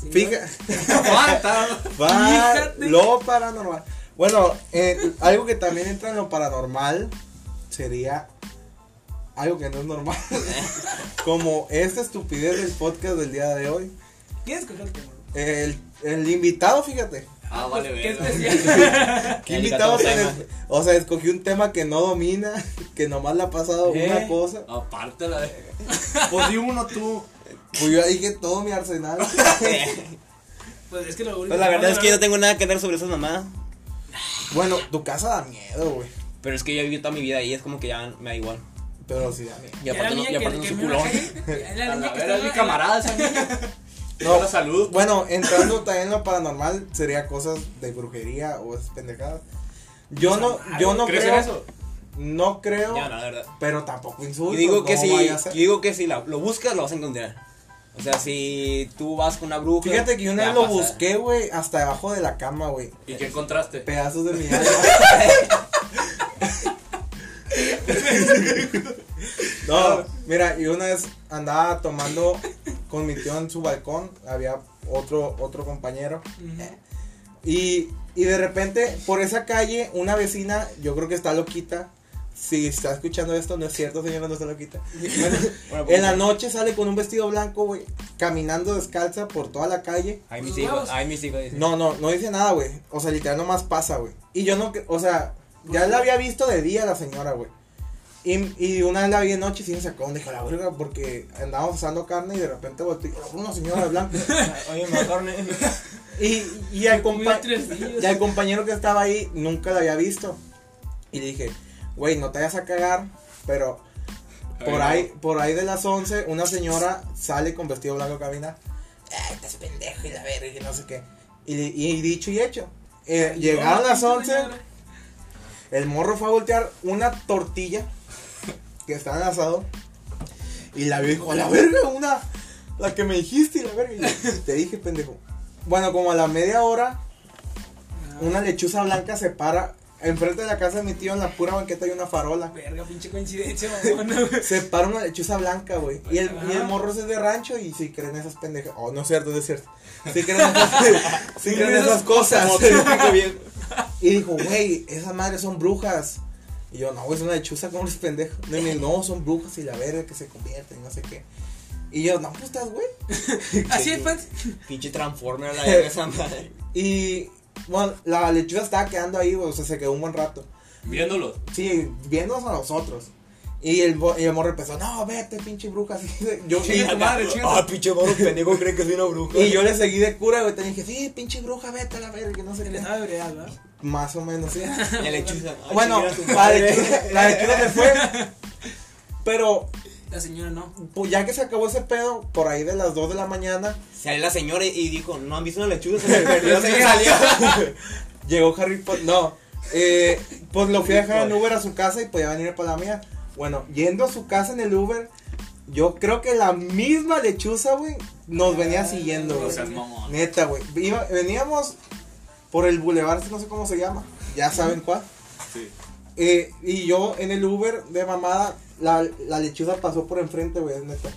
[SPEAKER 2] Sí, [LAUGHS]
[SPEAKER 1] Fija.
[SPEAKER 3] Fantasma.
[SPEAKER 1] Va
[SPEAKER 2] Fíjate.
[SPEAKER 1] lo paranormal. Bueno, eh, algo que también entra en lo paranormal sería algo que no es normal. [LAUGHS] Como esta estupidez del podcast del día de hoy.
[SPEAKER 2] güey. ¿Quién escogió el tema? güey?
[SPEAKER 1] El, el invitado,
[SPEAKER 2] [LAUGHS]
[SPEAKER 1] fíjate.
[SPEAKER 3] Ah, vale,
[SPEAKER 2] Pues, ¿Qué
[SPEAKER 3] verga.
[SPEAKER 4] [LAUGHS]
[SPEAKER 2] especial?
[SPEAKER 1] ¿Qué
[SPEAKER 4] Delicado
[SPEAKER 1] invitado tan
[SPEAKER 4] tema.
[SPEAKER 1] [LAUGHS] es- O sea, escogió un tema que no domina, [LAUGHS] que nomás le ha pasado
[SPEAKER 4] ¿Eh?
[SPEAKER 1] una cosa.
[SPEAKER 3] Aparte la de. Pues di uno tú.
[SPEAKER 1] Pues yo dije todo mi
[SPEAKER 4] [LAUGHS]
[SPEAKER 1] arsenal.
[SPEAKER 2] Pues es que lo único
[SPEAKER 4] Pues la
[SPEAKER 2] que
[SPEAKER 4] verdad es que yo no
[SPEAKER 2] hablar-
[SPEAKER 4] tengo nada que dar sobre esas mamadas.
[SPEAKER 1] bueno, tu casa da miedo, güey.
[SPEAKER 4] Pero es que yo he vivido toda mi vida ahí, es como que ya me da igual.
[SPEAKER 1] Pero sí da miedo.
[SPEAKER 4] [LAUGHS] Y
[SPEAKER 2] Ya
[SPEAKER 4] aparte
[SPEAKER 2] la
[SPEAKER 4] no,
[SPEAKER 2] niña
[SPEAKER 4] y aparte no
[SPEAKER 2] que-
[SPEAKER 4] soy
[SPEAKER 2] que me
[SPEAKER 4] culón.
[SPEAKER 2] bajé, ya
[SPEAKER 3] A
[SPEAKER 2] la niña
[SPEAKER 3] la
[SPEAKER 2] que está
[SPEAKER 3] verga, es mi
[SPEAKER 2] en la-
[SPEAKER 3] camarada esa niña.
[SPEAKER 1] [LAUGHS] No.
[SPEAKER 3] No. salud. pues.
[SPEAKER 1] Bueno, entrando también en lo paranormal, sería cosas de brujería o esas pendejadas. Yo no, yo no
[SPEAKER 3] ¿Crees
[SPEAKER 1] creo.
[SPEAKER 3] en eso?
[SPEAKER 1] No creo,
[SPEAKER 4] [LAUGHS] Ya, no, la verdad.
[SPEAKER 1] pero tampoco
[SPEAKER 4] Yo
[SPEAKER 1] insulto.
[SPEAKER 4] digo que
[SPEAKER 1] pues, no
[SPEAKER 4] si,
[SPEAKER 1] vaya a ser.
[SPEAKER 4] yo digo que si la- lo buscas, lo vas a encontrar. O sea, si tú vas con una bruja.
[SPEAKER 1] Fíjate que yo una
[SPEAKER 4] te
[SPEAKER 1] vez
[SPEAKER 4] va
[SPEAKER 1] lo
[SPEAKER 4] a pasar.
[SPEAKER 1] busqué, güey, hasta debajo de la cama, güey.
[SPEAKER 3] ¿Y qué encontraste?
[SPEAKER 1] Pedazos de mi alma. no, mira, y una vez andaba tomando con mi tío en su balcón, había otro, otro compañero.
[SPEAKER 2] Ujú.
[SPEAKER 1] Y, y de repente, por esa calle, una vecina, yo creo que está loquita. Si está escuchando esto, no es cierto, señora, no está loquita.
[SPEAKER 4] Bueno, pues,
[SPEAKER 1] En la noche sale con un vestido blanco, güey, caminando descalza por toda la calle.
[SPEAKER 4] Ay, mis hijos, ay, mis hijos. dicen.
[SPEAKER 1] No, no, no dice nada, güey. O sea, literal nomás pasa, güey. Y yo no, cre- o sea, ya la había visto de día la señora, güey. Y, y una vez la vi de noche y sí me sacó un dijo la verga porque andábamos asando carne y de repente volteé, "Oh, una señora de blanco.
[SPEAKER 4] Oye, mejor. [LAUGHS] ne-
[SPEAKER 1] Y, y al
[SPEAKER 2] Muy
[SPEAKER 1] compa-
[SPEAKER 2] tresillos.
[SPEAKER 1] y al compañero que estaba ahí nunca la había visto. Y le dije, güey, no te vayas a cagar, pero por ahí, por ahí de las 11, una señora sale con vestido blanco a caminar. Ay, estás pendejo y la verga y no sé qué. Y, le- y dicho y hecho. Eh, llegaron las 11, el morro fue a voltear una tortilla que estaba en el asador. Y la vio y dijo, a la verga, una, la que me dijiste y la verga. Y yo, te dije, pendejo. Bueno, como a la media hora,
[SPEAKER 2] Ah,
[SPEAKER 1] una lechuza blanca se para enfrente de la casa de mi tío, en la pura banqueta hay una farola.
[SPEAKER 2] Ah, Verga, pinche coincidencia, mamón.
[SPEAKER 1] [LAUGHS]
[SPEAKER 2] güey.
[SPEAKER 1] Se para una lechuza blanca, güey. Y el, y el
[SPEAKER 2] Ajá.
[SPEAKER 1] morro es de rancho y si creen esas pendejas. Oh, no es cierto, no es cierto. Si creen esas, [LAUGHS] sí creen esas cosas. [LAUGHS] Y dijo, güey, esas madres son brujas. Y yo, no, güey, es una lechuza, como eres pendejo? No, y me, no, son brujas y la verga que se convierten, no sé qué. Y yo, no, pues estás, güey.
[SPEAKER 2] Así es, fans.
[SPEAKER 4] Pinche Transformer a la verga esa madre.
[SPEAKER 1] Y, bueno, la lechuza estaba quedando ahí, güey, o sea, se quedó un buen rato.
[SPEAKER 3] Viéndolos.
[SPEAKER 1] Sí, viéndonos a nosotros. Y el, bo- y el morro empezó, no, vete, pinche bruja. [LAUGHS] así de- yo,
[SPEAKER 3] Chinga tu madre, chinga tu-
[SPEAKER 4] Ah, pinche morro pendejo cree que soy una bruja.
[SPEAKER 1] y
[SPEAKER 4] [LAUGHS]
[SPEAKER 1] yo le seguí de cura, güey. Te dije, sí, pinche bruja, vete a la verga, que no sé
[SPEAKER 2] Se le
[SPEAKER 1] qué.
[SPEAKER 2] estaba ebreada, ¿verdad?
[SPEAKER 1] Más o menos,
[SPEAKER 4] [LAUGHS]
[SPEAKER 1] sí.
[SPEAKER 4] Y la lechuza. ah,
[SPEAKER 1] [LAUGHS] bueno,
[SPEAKER 4] chinga tu
[SPEAKER 1] la
[SPEAKER 4] madre.
[SPEAKER 1] lechuza, la lechuza se
[SPEAKER 4] [LAUGHS]
[SPEAKER 1] fue. Pero,
[SPEAKER 2] La señora no.
[SPEAKER 1] pues ya que se acabó ese pedo, por ahí de las 2 de la mañana,
[SPEAKER 4] Salió la señora y dijo, no han visto una lechuza,
[SPEAKER 1] [LAUGHS]
[SPEAKER 4] se me perdió, se me salió.
[SPEAKER 1] salió. [LAUGHS] Llegó Harry Potter. No. Eh, pues lo fui a dejar en Uber a su casa y podía venir para la mía. Bueno, yendo a su casa en el Uber, yo creo que la misma lechuza, güey, nos venía siguiendo,
[SPEAKER 3] O
[SPEAKER 1] güey.
[SPEAKER 3] sea, mamón.
[SPEAKER 1] Neta, güey. Iba- Veníamos por el bulevar, no sé cómo se llama. Ya saben cuál.
[SPEAKER 3] Sí.
[SPEAKER 1] Eh, y yo en el Uber de mamada, la, la lechuza pasó por enfrente, güey, es neta.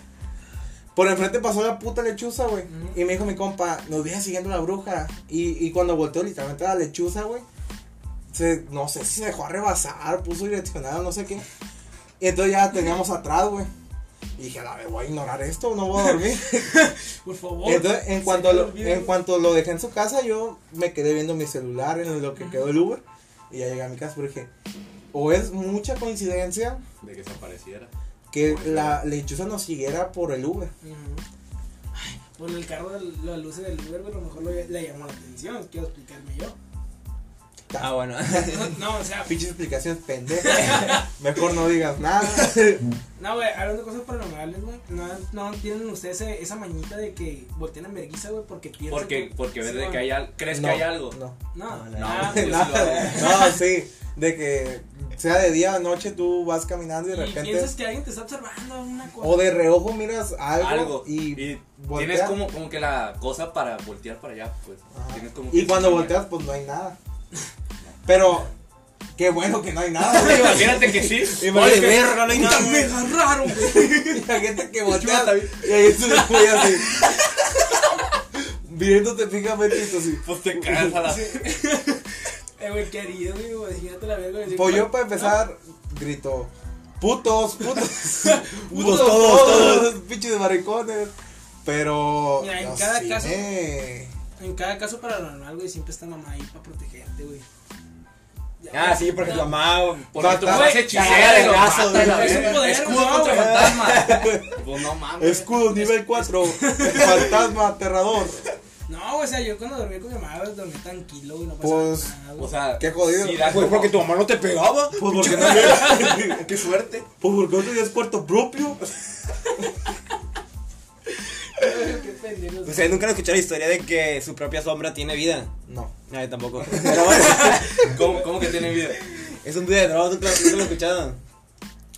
[SPEAKER 1] Por enfrente pasó la puta lechuza, güey.
[SPEAKER 2] Ujú.
[SPEAKER 1] Y me dijo mi compa, nos viene siguiendo la bruja. Y, y cuando volteó literalmente la lechuza, güey, se- no sé si se dejó arrebasar, puso direccionado, no sé qué. Y entonces ya la teníamos atrás, güey. Y dije, a ver, voy a ignorar esto, no voy a dormir.
[SPEAKER 2] Por favor.
[SPEAKER 1] Entonces, en
[SPEAKER 2] Se
[SPEAKER 1] cuanto,
[SPEAKER 2] me
[SPEAKER 1] lo,
[SPEAKER 2] olvidó.
[SPEAKER 1] en cuanto lo dejé en su casa, yo me quedé viendo mi celular en lo que quedó el Uber. Y ya llegué a mi casa, pero dije, o es mucha coincidencia
[SPEAKER 3] De que desapareciera.
[SPEAKER 1] que la lechuza nos siguiera por el Uber.
[SPEAKER 2] Ujú. Ay, Por el carro, de las luces del Uber, güey, a lo mejor lo- le llamó la atención. Quiero explicarme yo. [LAUGHS]
[SPEAKER 1] [LAUGHS]
[SPEAKER 4] Ah, bueno.
[SPEAKER 2] No, no, o sea,
[SPEAKER 1] Pinches explicaciones pendejas.
[SPEAKER 3] [LAUGHS]
[SPEAKER 1] Mejor no digas nada.
[SPEAKER 2] no, güey, hablando de cosas paranormales, güey. No, no tienen ustedes ese- esa mañita de que voltean a vergüenza, güey, porque piensan.
[SPEAKER 3] Porque,
[SPEAKER 2] que-
[SPEAKER 3] porque ves
[SPEAKER 2] Sí,
[SPEAKER 3] de
[SPEAKER 2] güey.
[SPEAKER 3] que hay algo. ¿Crees
[SPEAKER 1] No,
[SPEAKER 3] que hay algo?
[SPEAKER 1] No.
[SPEAKER 2] No,
[SPEAKER 4] No,
[SPEAKER 2] no,
[SPEAKER 1] [LAUGHS]
[SPEAKER 4] no,
[SPEAKER 2] nada,
[SPEAKER 3] no.
[SPEAKER 2] güey.
[SPEAKER 3] sí lo
[SPEAKER 1] No, sí. De que sea de día o noche tú vas caminando y de
[SPEAKER 2] Y piensas
[SPEAKER 1] repente.
[SPEAKER 2] que alguien te está observando una cosa.
[SPEAKER 1] O de reojo miras algo,
[SPEAKER 3] Algo.
[SPEAKER 1] y,
[SPEAKER 3] tienes
[SPEAKER 1] volteas.
[SPEAKER 3] como, como que la cosa para voltear para allá, pues.
[SPEAKER 1] Ajá.
[SPEAKER 3] Tienes como
[SPEAKER 1] Y
[SPEAKER 3] que-
[SPEAKER 1] cuando volteas, pues no hay nada. Pero, qué bueno que no hay
[SPEAKER 3] [LAUGHS]
[SPEAKER 1] nada, [LAUGHS] güey.
[SPEAKER 3] Imagínate que sí.
[SPEAKER 1] Imagínate que-
[SPEAKER 4] verga, no hay
[SPEAKER 2] Puta,
[SPEAKER 4] nada,
[SPEAKER 2] me
[SPEAKER 4] güey.
[SPEAKER 2] agarraron, güey.
[SPEAKER 1] Imagínate que
[SPEAKER 3] Chúpala,
[SPEAKER 1] volteas
[SPEAKER 3] güey.
[SPEAKER 1] y ahí es un güey así. Viéndote fijamente y tú así.
[SPEAKER 3] Pues te cagas a la.
[SPEAKER 2] [LAUGHS] Eh, güey, qué herido, güey, güey. Imagínate la verga. güey.
[SPEAKER 1] Pues yo, para empezar, grito: putos,
[SPEAKER 3] [LAUGHS]
[SPEAKER 1] putos. putos, todos,
[SPEAKER 4] Putos, todos,
[SPEAKER 1] todos, pinches maricones. Pero.
[SPEAKER 2] Mira, en
[SPEAKER 1] no
[SPEAKER 2] cada
[SPEAKER 1] sé,
[SPEAKER 2] caso-
[SPEAKER 1] eh.
[SPEAKER 2] En cada caso paranormal, güey, siempre está mamá ahí para protegerte, güey. Ya,
[SPEAKER 4] Ah, sí, porque tu
[SPEAKER 2] no.
[SPEAKER 4] mamá.
[SPEAKER 3] Porque tu
[SPEAKER 1] Güey,
[SPEAKER 3] mamá es hechicera y
[SPEAKER 4] de
[SPEAKER 3] lo
[SPEAKER 4] gaso,
[SPEAKER 3] mata y la
[SPEAKER 4] güey.
[SPEAKER 2] Es un
[SPEAKER 3] verga.
[SPEAKER 2] poder,
[SPEAKER 3] Escudo
[SPEAKER 1] [LAUGHS]
[SPEAKER 2] güey,
[SPEAKER 3] contra
[SPEAKER 2] güey.
[SPEAKER 3] fantasma. Pues no mames.
[SPEAKER 1] Escudo nivel 4.
[SPEAKER 3] [LAUGHS]
[SPEAKER 1] fantasma aterrador.
[SPEAKER 2] No, o sea, yo cuando dormí con mi mamá, güey, dormí tranquilo, güey, no pasaba
[SPEAKER 1] Pues,
[SPEAKER 2] nada, güey.
[SPEAKER 3] O sea,
[SPEAKER 1] Qué jodido.
[SPEAKER 3] sí da
[SPEAKER 4] Pues
[SPEAKER 3] como-
[SPEAKER 4] porque tu mamá no te pegaba.
[SPEAKER 1] Pues porque no había- [LAUGHS]
[SPEAKER 3] Qué suerte.
[SPEAKER 1] Pues porque otro día es cuarto propio.
[SPEAKER 2] [LAUGHS] qué pendejos.
[SPEAKER 3] pues,
[SPEAKER 4] Ustedes nunca han escuchado la historia de que su propia sombra tiene vida.
[SPEAKER 1] No.
[SPEAKER 4] Nadie tampoco. [LAUGHS]
[SPEAKER 1] [LAUGHS]
[SPEAKER 4] Pero bueno.
[SPEAKER 3] ¿Cómo, cómo que tiene vida?
[SPEAKER 4] Es un video de drogas, nunca, nunca lo he escuchado.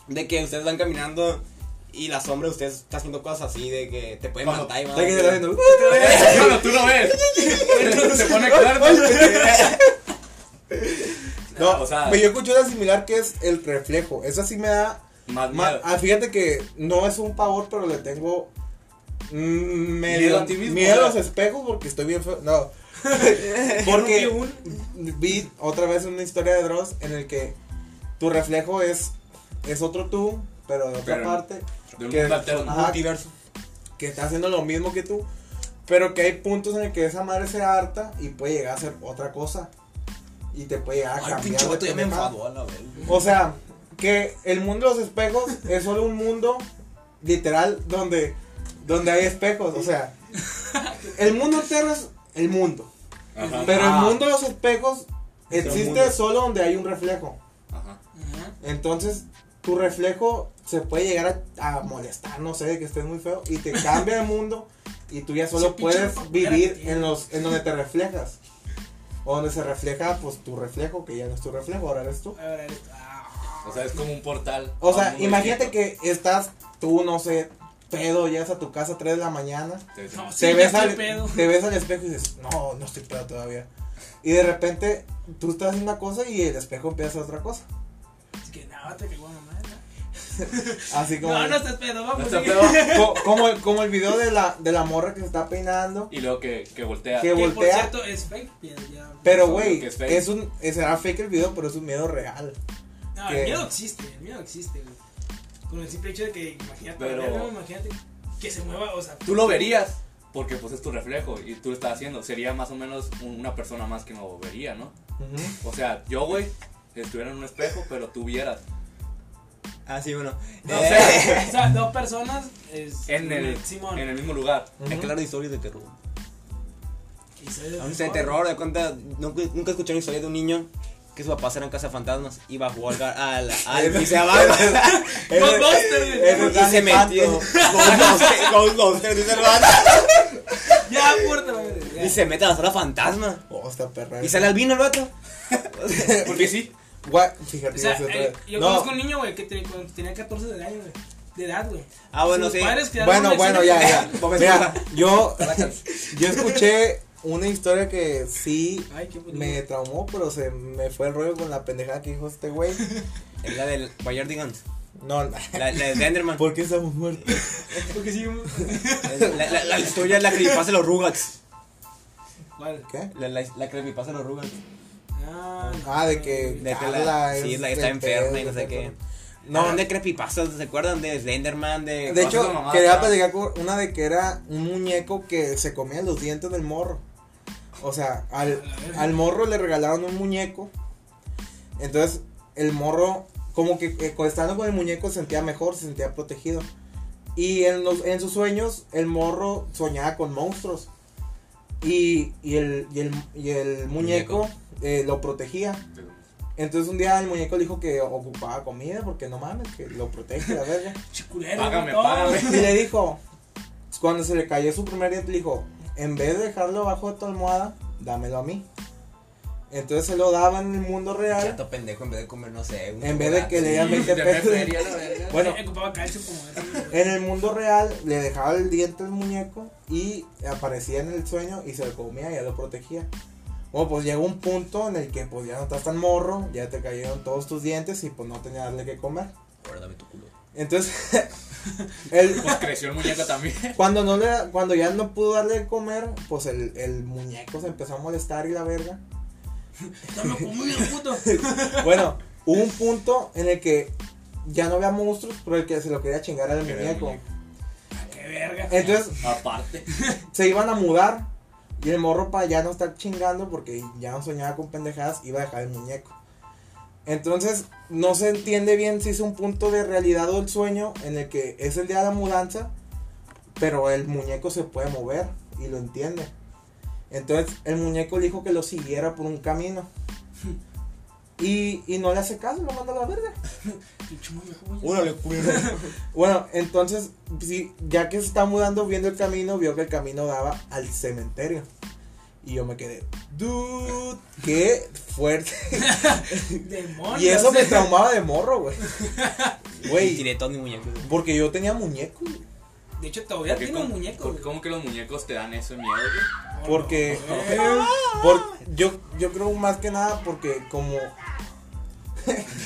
[SPEAKER 4] De que ustedes van caminando y la sombra de ustedes está haciendo cosas así, de que te pueden
[SPEAKER 3] Cuando-
[SPEAKER 4] matar y van
[SPEAKER 1] Está que se está viendo.
[SPEAKER 3] Bueno, tú lo ves. Se pone cuerpo.
[SPEAKER 1] No,
[SPEAKER 3] o sea,
[SPEAKER 1] pero yo escuché una similar que es el reflejo. Esa sí me da.
[SPEAKER 3] más
[SPEAKER 1] ma-
[SPEAKER 3] miedo.
[SPEAKER 1] ah, fíjate que no es un pavor, pero le tengo. mm, medio-
[SPEAKER 3] Miedo a ti mismo,
[SPEAKER 1] miedo a los
[SPEAKER 3] ¿verdad?
[SPEAKER 1] espejos porque estoy bien feo.
[SPEAKER 3] [LAUGHS]
[SPEAKER 1] No.
[SPEAKER 2] Yo
[SPEAKER 1] porque
[SPEAKER 2] no vi
[SPEAKER 1] vi otra vez una historia de Dross en el que tu reflejo es es otro tú, pero de otra
[SPEAKER 3] Pero-
[SPEAKER 1] parte,
[SPEAKER 3] De un
[SPEAKER 1] que-
[SPEAKER 3] mundo alterno.
[SPEAKER 1] Ajá.
[SPEAKER 4] multiverso.
[SPEAKER 1] que está haciendo lo mismo que tú, pero que hay puntos en el que esa madre se harta y puede llegar a ser otra cosa. Y te puede llegar a
[SPEAKER 4] Ay,
[SPEAKER 1] cambiar.
[SPEAKER 4] pinche
[SPEAKER 1] de
[SPEAKER 4] vato ya me
[SPEAKER 1] pendejada.
[SPEAKER 4] enfadó a la vez.
[SPEAKER 1] O sea, que el mundo de los espejos [LAUGHS] es solo un mundo literal donde, donde hay espejos. O
[SPEAKER 4] [LAUGHS]
[SPEAKER 1] sea, el mundo entero es el mundo.
[SPEAKER 3] Ajá.
[SPEAKER 1] Pero el
[SPEAKER 4] Ah.
[SPEAKER 1] mundo de los espejos
[SPEAKER 4] Es el
[SPEAKER 1] existe
[SPEAKER 4] mundo.
[SPEAKER 1] solo donde hay un reflejo.
[SPEAKER 3] Ajá.
[SPEAKER 2] Ajá.
[SPEAKER 1] Entonces, tu reflejo se puede llegar a, a molestar, no sé, de que estés muy feo. Y te cambia el mundo y tú ya
[SPEAKER 2] [LAUGHS] Sí,
[SPEAKER 1] solo
[SPEAKER 2] pinche
[SPEAKER 1] puedes
[SPEAKER 2] loco,
[SPEAKER 1] vivir
[SPEAKER 2] espérate.
[SPEAKER 1] en, los, en donde te reflejas. O donde se refleja, pues, tu reflejo, que ya no es tu reflejo, ahora eres tú.
[SPEAKER 2] Ahora esto. ah.
[SPEAKER 3] O sea, es como un portal.
[SPEAKER 1] O sea, imagínate que estás tú, no sé, pedo, llegas a tu casa a 3 de la mañana,
[SPEAKER 3] que.
[SPEAKER 2] No,
[SPEAKER 1] te,
[SPEAKER 2] Sí,
[SPEAKER 1] ves
[SPEAKER 2] ya estoy
[SPEAKER 1] al,
[SPEAKER 2] pedo.
[SPEAKER 1] te ves al espejo y dices, no, no estoy pedo todavía. Y de repente tú estás haciendo una cosa y el espejo empieza a hacer otra cosa.
[SPEAKER 2] Así que nada, te cagó mamá. ¿no?
[SPEAKER 1] Así como.
[SPEAKER 2] No, no estás pedo, vamos. [LAUGHS]
[SPEAKER 3] No está
[SPEAKER 2] sigue.
[SPEAKER 3] pedo.
[SPEAKER 1] co- como, el- como el video de la, de la morra que se está peinando.
[SPEAKER 3] Y luego que, que voltea.
[SPEAKER 1] Que
[SPEAKER 2] Que por
[SPEAKER 1] voltea.
[SPEAKER 2] cierto es fake, ya- ya.
[SPEAKER 1] Pero,
[SPEAKER 3] Obvio
[SPEAKER 1] güey,
[SPEAKER 3] que es
[SPEAKER 1] es,
[SPEAKER 3] fake.
[SPEAKER 1] un. eh, Será fake el video, pero es un miedo real.
[SPEAKER 2] No,
[SPEAKER 1] que-
[SPEAKER 2] el miedo existe, el miedo existe, güey. Con el simple hecho de que, imagínate,
[SPEAKER 3] Pero-
[SPEAKER 2] la verga, imagínate que se mueva, o sea.
[SPEAKER 3] Tú lo verías. Porque pues es tu reflejo y tú lo estás haciendo. Sería más o menos un- una persona más que no vería, ¿no?
[SPEAKER 1] Eh,
[SPEAKER 3] O sea, yo, güey, estuviera en un espejo, pero tú vieras.
[SPEAKER 4] Ah, sí, bueno.
[SPEAKER 2] No, o,
[SPEAKER 4] Eh,
[SPEAKER 2] sea, o sea, dos personas es,
[SPEAKER 3] En el,
[SPEAKER 2] Simón.
[SPEAKER 3] en el mismo lugar.
[SPEAKER 1] Ujú.
[SPEAKER 2] Eh,
[SPEAKER 4] Es claro, historias de terror.
[SPEAKER 2] y se-
[SPEAKER 4] O sea, de terror, de cuenta. no- Nunca escuché una historia de un niño que su papá era en casa de fantasmas y bajó al, gar- al, al y se abajo.
[SPEAKER 2] Ghostbusters, güey.
[SPEAKER 1] Ese [LAUGHS] es
[SPEAKER 4] Y se
[SPEAKER 1] Danny Phantom.
[SPEAKER 4] metió. Ghostbusters, Ghostbusters, dice el
[SPEAKER 1] [LAUGHS]
[SPEAKER 4] vato.
[SPEAKER 2] Ya, puerta, güey, ya.
[SPEAKER 4] Y se mete a la sala fantasma.
[SPEAKER 1] Oh, está perra.
[SPEAKER 4] Y sale albino
[SPEAKER 1] [LAUGHS]
[SPEAKER 4] el vato.
[SPEAKER 3] Porque sí.
[SPEAKER 1] Gua- Fíjate,
[SPEAKER 2] O
[SPEAKER 1] yo
[SPEAKER 2] sea,
[SPEAKER 1] sé
[SPEAKER 2] eh,
[SPEAKER 1] otra vez.
[SPEAKER 2] yo
[SPEAKER 1] No,
[SPEAKER 2] conozco un niño, güey, que tenía- cuando tenía 14 de años, güey. De edad, güey.
[SPEAKER 4] Ah, bueno,
[SPEAKER 2] Sus
[SPEAKER 4] sí.
[SPEAKER 2] padres crearon
[SPEAKER 1] Bueno,
[SPEAKER 2] una
[SPEAKER 1] bueno, ya,
[SPEAKER 2] acción-
[SPEAKER 1] ya.
[SPEAKER 2] [LAUGHS]
[SPEAKER 4] Vamos a
[SPEAKER 1] Mira, yo,
[SPEAKER 4] Sácalo.
[SPEAKER 1] [LAUGHS] yo escuché una historia que sí
[SPEAKER 2] Ay, qué bonito.
[SPEAKER 1] me traumó, pero se me fue el rollo con la pendejada que dijo este güey.
[SPEAKER 4] Es la del Bayard Digant.
[SPEAKER 1] No, [LAUGHS] no.
[SPEAKER 4] La, la de Enderman.
[SPEAKER 1] ¿Por qué estamos muertos?
[SPEAKER 2] [LAUGHS] Porque sí, güey.
[SPEAKER 4] La, la, la, la historia es la creepypasta de los Rugrats.
[SPEAKER 2] ¿Cuál?
[SPEAKER 1] ¿Qué?
[SPEAKER 4] La, la, la creepypasta de los Rugrats.
[SPEAKER 2] Ah,
[SPEAKER 1] Ah, de que.
[SPEAKER 4] De que
[SPEAKER 1] Carla
[SPEAKER 4] la, sí, es la que está
[SPEAKER 1] de
[SPEAKER 4] enferma y
[SPEAKER 1] pedo,
[SPEAKER 4] no sé
[SPEAKER 1] está
[SPEAKER 4] qué.
[SPEAKER 1] enferma.
[SPEAKER 4] No,
[SPEAKER 1] Ah.
[SPEAKER 4] de creepypastas, ¿se acuerdan? De Enderman, de...
[SPEAKER 1] De
[SPEAKER 3] Vas a
[SPEAKER 1] hecho,
[SPEAKER 3] mamar,
[SPEAKER 1] quería
[SPEAKER 3] ¿verdad?
[SPEAKER 1] platicar con una de que era un muñeco que se comía los dientes del morro. O sea, al,
[SPEAKER 2] A la verga.
[SPEAKER 1] al morro le regalaron un muñeco. Entonces, el morro, como que eh, estando con el muñeco, se sentía mejor, se sentía protegido. Y en, los, en sus sueños, el morro soñaba con monstruos. Y, y el, y el, y el muñeco,
[SPEAKER 4] Muñeco.
[SPEAKER 1] eh, lo protegía. Entonces un día el muñeco le dijo que ocupaba comida porque no mames, que lo protege la verga.
[SPEAKER 2] Chiculero,
[SPEAKER 3] Págame,
[SPEAKER 2] güey, no.
[SPEAKER 3] págame.
[SPEAKER 1] Y le dijo, cuando se le cayó su primer diente, le dijo, en vez de dejarlo abajo de tu almohada, dámelo a mí. Entonces se lo daba en el mundo real,
[SPEAKER 4] Chato Ah, pendejo, en vez de comer, no sé. un
[SPEAKER 1] en vez de que le dieran
[SPEAKER 4] chocolate.
[SPEAKER 1] 20
[SPEAKER 3] Te
[SPEAKER 1] pesos.
[SPEAKER 3] refería a la verga.
[SPEAKER 1] Bueno,
[SPEAKER 2] Eh, ocupaba calcio como ese, güey.
[SPEAKER 1] en el mundo real le dejaba el diente al muñeco y aparecía en el sueño y se lo comía y ya lo protegía. Bueno, pues llegó un punto en el que pues ya no estás tan morro, ya te cayeron todos tus dientes y pues no tenía darle que comer.
[SPEAKER 4] Guárdame tu culo.
[SPEAKER 1] Entonces, [LAUGHS] el,
[SPEAKER 3] Pues creció el muñeco también.
[SPEAKER 1] Cuando no le, cuando ya no pudo darle de comer, pues el, el muñeco se empezó a molestar y la verga.
[SPEAKER 2] No me comí bien, puto.
[SPEAKER 1] Bueno, hubo un punto en el que ya no había monstruos, pero el que se lo quería chingar era el
[SPEAKER 3] Era el
[SPEAKER 1] muñeco.
[SPEAKER 3] muñeco.
[SPEAKER 2] Ah, Qué verga.
[SPEAKER 1] Entonces
[SPEAKER 3] Aparte.
[SPEAKER 1] se iban a mudar y el morro para ya no estar chingando porque ya no soñaba con pendejadas, iba a dejar el muñeco. Entonces no se entiende bien si es un punto de realidad o el sueño en el que es el día de la mudanza, pero el muñeco se puede mover y lo entiende. Entonces el muñeco le dijo que lo siguiera por un camino. Y, y no le hace caso, lo manda a la verga.
[SPEAKER 2] Pinche muñeco, güey.
[SPEAKER 4] Órale, culo.
[SPEAKER 1] Bueno, entonces, sí, ya que se está mudando, viendo el camino, vio que el camino daba al cementerio. Y yo me quedé, dude, qué fuerte.
[SPEAKER 2] Demonios.
[SPEAKER 1] Y eso me traumaba de morro, güey.
[SPEAKER 4] Güey.
[SPEAKER 1] Güey,
[SPEAKER 4] Tiré todo mi muñeco.
[SPEAKER 1] porque yo tenía muñeco, güey.
[SPEAKER 2] De hecho, todavía
[SPEAKER 3] Porque
[SPEAKER 2] tiene un
[SPEAKER 3] ¿cómo-
[SPEAKER 2] muñeco,
[SPEAKER 3] ¿cómo,
[SPEAKER 2] güey.
[SPEAKER 3] cómo que los muñecos te dan ese miedo, güey?
[SPEAKER 1] Porque, [LAUGHS] por- yo, yo creo más que nada porque como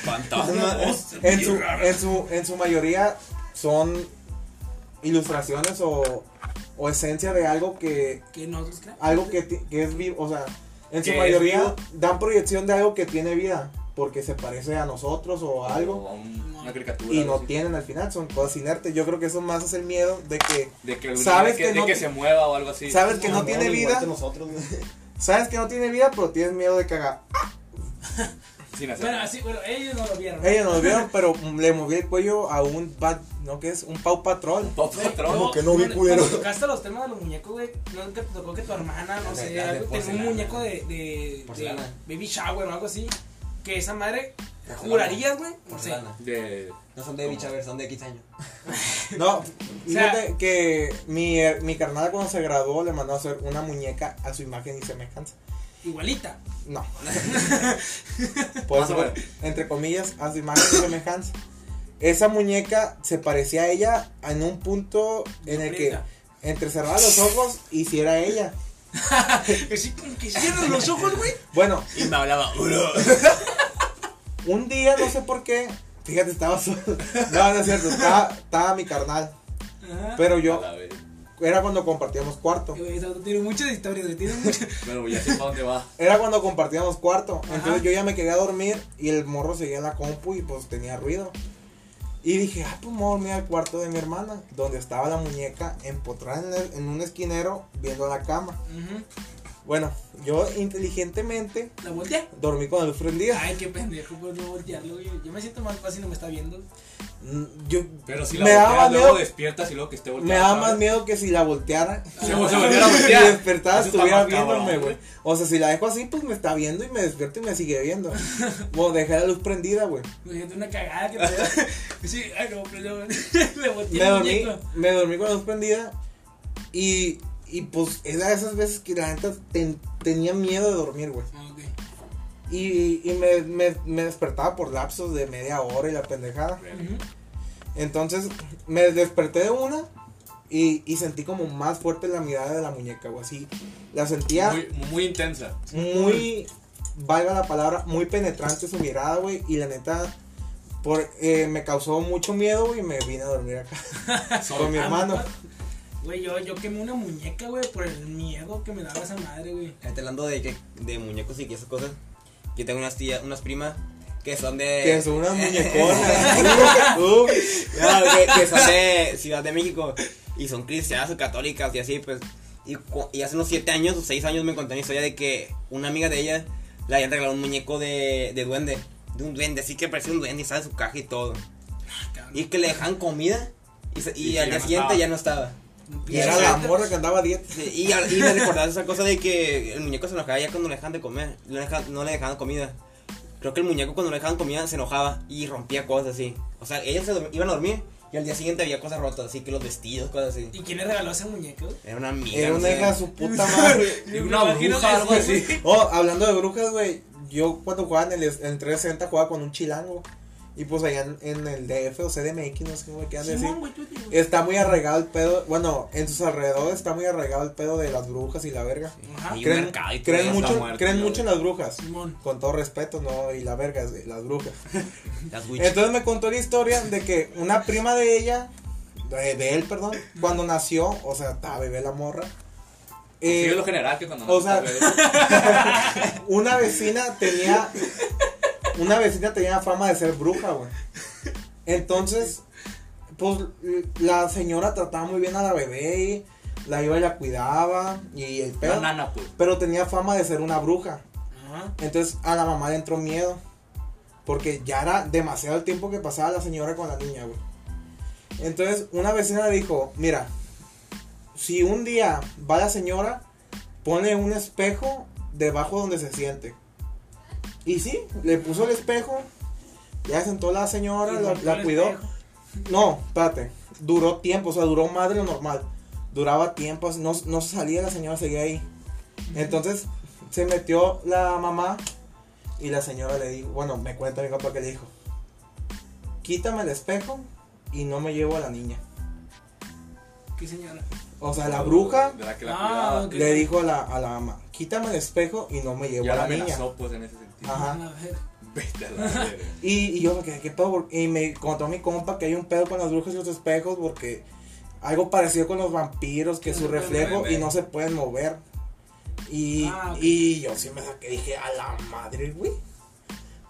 [SPEAKER 4] Fantasma.
[SPEAKER 1] en su, en su, en su mayoría son ilustraciones o, o esencia de algo que
[SPEAKER 2] Que nosotros creamos.
[SPEAKER 1] algo que, ti- que es vivo, o sea, en su
[SPEAKER 3] Que es
[SPEAKER 1] mayoría
[SPEAKER 3] vivo.
[SPEAKER 1] dan proyección de algo que tiene vida, porque se parece a nosotros o a algo,
[SPEAKER 3] O a un- una caricatura.
[SPEAKER 1] y
[SPEAKER 3] algo
[SPEAKER 1] no
[SPEAKER 3] así.
[SPEAKER 1] tienen al final, son cosas inertes. Yo creo que eso más es el miedo de que
[SPEAKER 3] De que,
[SPEAKER 1] Sabes
[SPEAKER 3] ¿Sabes
[SPEAKER 1] que
[SPEAKER 3] que, de
[SPEAKER 1] no
[SPEAKER 3] que
[SPEAKER 1] te-
[SPEAKER 3] se mueva o algo así.
[SPEAKER 1] sabes que no
[SPEAKER 4] Amor,
[SPEAKER 1] tiene
[SPEAKER 4] igual
[SPEAKER 1] vida,
[SPEAKER 4] que Nosotros, güey.
[SPEAKER 1] sabes que no tiene vida, pero tienes miedo de cagar.
[SPEAKER 3] Sin hacer.
[SPEAKER 2] Bueno, así, bueno, ellos no lo vieron.
[SPEAKER 1] Ah, Ellos nos vieron, pero le moví el cuello a un bat, ¿no? que es? Un Pau Patrol.
[SPEAKER 3] Pop patrón.
[SPEAKER 2] Como
[SPEAKER 4] que no vi culero.
[SPEAKER 2] tocaste los temas de los muñecos, güey. No te tocó que tu hermana, no
[SPEAKER 4] Las de-
[SPEAKER 2] sé,
[SPEAKER 4] las de
[SPEAKER 2] algo, tenía un
[SPEAKER 4] porcelana.
[SPEAKER 2] muñeco de, de, de
[SPEAKER 4] Porcelana.
[SPEAKER 2] baby shower o algo así. Que esa madre,
[SPEAKER 4] Porcelana.
[SPEAKER 2] jurarías, güey. No sé.
[SPEAKER 4] Porcelana.
[SPEAKER 3] De.
[SPEAKER 4] No son de Bichaver, son de X años.
[SPEAKER 1] No,
[SPEAKER 2] sea-
[SPEAKER 1] fíjate que mi, eh, mi carnal cuando se graduó le mandó a hacer una muñeca a su imagen y semejanza.
[SPEAKER 4] [LAUGHS]
[SPEAKER 2] Igualita.
[SPEAKER 3] [LAUGHS]
[SPEAKER 1] No. Por
[SPEAKER 3] Más
[SPEAKER 1] eso,
[SPEAKER 3] o menos.
[SPEAKER 1] entre comillas, a su imagen y semejanza. Esa muñeca se parecía a ella en un punto en el que
[SPEAKER 2] Completa.
[SPEAKER 1] entre cerraba los ojos y si era ella.
[SPEAKER 2] Así como que cierras los ojos, güey.
[SPEAKER 1] Bueno,
[SPEAKER 4] Y me hablaba, bro.
[SPEAKER 1] un día, no sé por qué, fíjate, estaba solo. No, no es cierto, estaba, estaba mi carnal.
[SPEAKER 2] Ajá.
[SPEAKER 1] Pero
[SPEAKER 3] Yo.
[SPEAKER 1] yo, era cuando compartíamos cuarto.
[SPEAKER 2] Ah, Güey, ese vato tiene muchas historias, güey. Tiene muchas.
[SPEAKER 3] Bueno, ya sé para dónde va.
[SPEAKER 1] Era cuando compartíamos cuarto.
[SPEAKER 2] Ajá.
[SPEAKER 1] Entonces yo ya me quería dormir y el morro seguía en la compu y pues tenía ruido. Y dije, ah, pues me voy a dormir al cuarto de mi hermana, donde estaba la muñeca empotrada en, el- en un esquinero viendo la cama.
[SPEAKER 2] Ujú.
[SPEAKER 1] Bueno, yo inteligentemente
[SPEAKER 2] La voltea.
[SPEAKER 1] dormí con la luz prendida.
[SPEAKER 2] Ay, qué pendejo por no voltearlo, güey. Yo me siento mal fácil si no me está viendo.
[SPEAKER 1] Mm, Yo,
[SPEAKER 3] Pero si la
[SPEAKER 1] me daba
[SPEAKER 3] volteas,
[SPEAKER 1] miedo,
[SPEAKER 3] luego despiertas y luego que esté volteando.
[SPEAKER 1] me daba más miedo que si la volteara.
[SPEAKER 3] Se, se
[SPEAKER 1] [LAUGHS]
[SPEAKER 3] volviera a voltear.
[SPEAKER 1] Si despertaba,
[SPEAKER 3] Eso está
[SPEAKER 1] estuviera
[SPEAKER 3] más cabrón,
[SPEAKER 1] viéndome, güey. O sea, si la dejo así, pues me está viendo y me despierto y me sigue
[SPEAKER 3] [LAUGHS]
[SPEAKER 1] viendo. O dejé la luz prendida, güey.
[SPEAKER 2] Me siento una cagada que te
[SPEAKER 4] [LAUGHS]
[SPEAKER 2] da. Sí, ay, no, pero [LAUGHS] le volteé
[SPEAKER 1] me
[SPEAKER 2] el
[SPEAKER 1] dormí,
[SPEAKER 2] muñeco.
[SPEAKER 1] me dormí con la luz prendida y, y pues era de esas veces que la neta ten- tenía miedo de dormir, güey.
[SPEAKER 2] Ah, ok.
[SPEAKER 1] Y, y me, me- me despertaba por lapsos de media hora y la pendejada.
[SPEAKER 3] Verga.
[SPEAKER 2] Ujú.
[SPEAKER 1] Entonces me desperté de una y, y sentí como más fuerte la mirada de la muñeca, güey. Así la sentía
[SPEAKER 3] Muy, muy intensa.
[SPEAKER 1] muy, valga la palabra, muy penetrante su mirada, güey. Y la neta por, eh, me causó mucho miedo, güey, y me vine a dormir acá [LAUGHS] con mi
[SPEAKER 2] Ah,
[SPEAKER 1] hermano.
[SPEAKER 2] mejor. Güey, yo, yo quemé una muñeca, güey, por el miedo que me daba esa madre, güey.
[SPEAKER 4] Ahorita hablando de, que, de muñecos y que esas cosas. Yo tengo unas tías, unas primas que son de.
[SPEAKER 1] Que son unas muñeconas. Uy, uy.
[SPEAKER 4] [LAUGHS] No, que, que son de Ciudad de México y son cristianas o católicas y así, pues. Y, cu- y hace unos 7 años o 6 años me contaron una historia de que una amiga de ella le habían regalado un muñeco de, de duende, de un duende, así que parecía un duende y estaba en su caja y todo.
[SPEAKER 2] Ah, Cabrón.
[SPEAKER 4] Y que le dejaban comida y, se- y
[SPEAKER 3] Y ya
[SPEAKER 4] al día
[SPEAKER 3] no
[SPEAKER 4] siguiente
[SPEAKER 3] estaba.
[SPEAKER 4] ya no estaba.
[SPEAKER 1] Y era la morra que andaba a dieta.
[SPEAKER 4] Sí, Y, al- y me recordaba esa cosa de que el muñeco se enojaba ya cuando le dejaban de comer, le deja- no le dejaban comida. Creo que el muñeco cuando le dejaban comida se enojaba y rompía cosas así. O sea, ellos se dorm- iban a dormir y al día siguiente había cosas rotas, así que los vestidos, cosas así.
[SPEAKER 2] ¿Y quién le regaló ese muñeco?
[SPEAKER 4] Era una amiga.
[SPEAKER 1] Era
[SPEAKER 4] no
[SPEAKER 1] una
[SPEAKER 4] sé.
[SPEAKER 1] hija de su
[SPEAKER 4] [LAUGHS]
[SPEAKER 1] puta madre.
[SPEAKER 3] Y una bruja, algo así.
[SPEAKER 1] Oh, hablando de brujas, güey. Yo cuando jugaba en el, en el 360 jugaba con un chilango. Y pues allá en, en el DF o CDMX, no sé cómo le quieran decir.
[SPEAKER 2] Simón, güey, tú, tío.
[SPEAKER 1] Está muy arraigado el pedo. Bueno, en sus alrededores está muy arraigado el pedo de las brujas y la verga.
[SPEAKER 2] Ajá.
[SPEAKER 4] Y un
[SPEAKER 1] Creen,
[SPEAKER 4] mercado y todo
[SPEAKER 1] creen
[SPEAKER 4] eso,
[SPEAKER 1] mucho,
[SPEAKER 3] muerto,
[SPEAKER 1] creen
[SPEAKER 3] yo,
[SPEAKER 1] mucho en las brujas.
[SPEAKER 2] Simón.
[SPEAKER 1] Con todo respeto, no, y la verga, es de las brujas.
[SPEAKER 4] Las witches.
[SPEAKER 1] Entonces me contó la historia de que una prima de ella, de, de él, perdón, cuando nació, o sea, estaba bebé la morra. eh,
[SPEAKER 3] Sí, es lo general que cuando
[SPEAKER 1] o
[SPEAKER 3] no
[SPEAKER 1] sea-
[SPEAKER 3] está,
[SPEAKER 1] una vecina tenía. Una vecina tenía fama de ser bruja, güey. Entonces, pues la señora trataba muy bien a la bebé y la iba y la cuidaba y el
[SPEAKER 3] güey.
[SPEAKER 1] pedo.
[SPEAKER 3] Una nana, pues.
[SPEAKER 1] [LAUGHS] Pero tenía fama de ser una bruja.
[SPEAKER 2] Ajá.
[SPEAKER 1] Entonces a la mamá le entró miedo. Porque ya era demasiado el tiempo que pasaba la señora con la niña, güey. Entonces una vecina le dijo, mira, si un día va la señora, pone un espejo debajo donde se siente. Y sí, le puso el espejo, ya sentó la señora,
[SPEAKER 2] Y
[SPEAKER 1] la,
[SPEAKER 2] rompió
[SPEAKER 1] la
[SPEAKER 2] el
[SPEAKER 1] cuidó.
[SPEAKER 2] espejo.
[SPEAKER 1] No, espérate, duró tiempo, o sea, duró más de lo normal. Duraba tiempo, así, no, no salía la señora, seguía ahí. Entonces se metió la mamá y la señora le dijo, bueno, me cuenta mi papá que le dijo, quítame el espejo y no me llevo a la niña.
[SPEAKER 2] ¿Qué señora?
[SPEAKER 1] O sea, la bruja
[SPEAKER 3] De la que la
[SPEAKER 2] Ah,
[SPEAKER 3] cuidaba.
[SPEAKER 2] ok.
[SPEAKER 1] le dijo a la, a la mamá, quítame el espejo y no me llevo
[SPEAKER 3] Ya
[SPEAKER 1] a
[SPEAKER 3] la
[SPEAKER 1] la niña.
[SPEAKER 3] amenazó, pues, en ese sentido. [LAUGHS]
[SPEAKER 1] Ajá.
[SPEAKER 2] A ver.
[SPEAKER 3] Vete a la verga.
[SPEAKER 1] Y, y yo me quedé, ¿qué pedo? Por- Y me contó mi compa que hay un pedo con las brujas y los espejos porque algo parecido con los vampiros, que
[SPEAKER 2] No
[SPEAKER 1] su
[SPEAKER 2] se pueden
[SPEAKER 1] reflejo y
[SPEAKER 3] mover.
[SPEAKER 1] no se pueden mover. Y,
[SPEAKER 2] Ah, ok.
[SPEAKER 1] y yo sí me saqué, dije, a la madre, güey.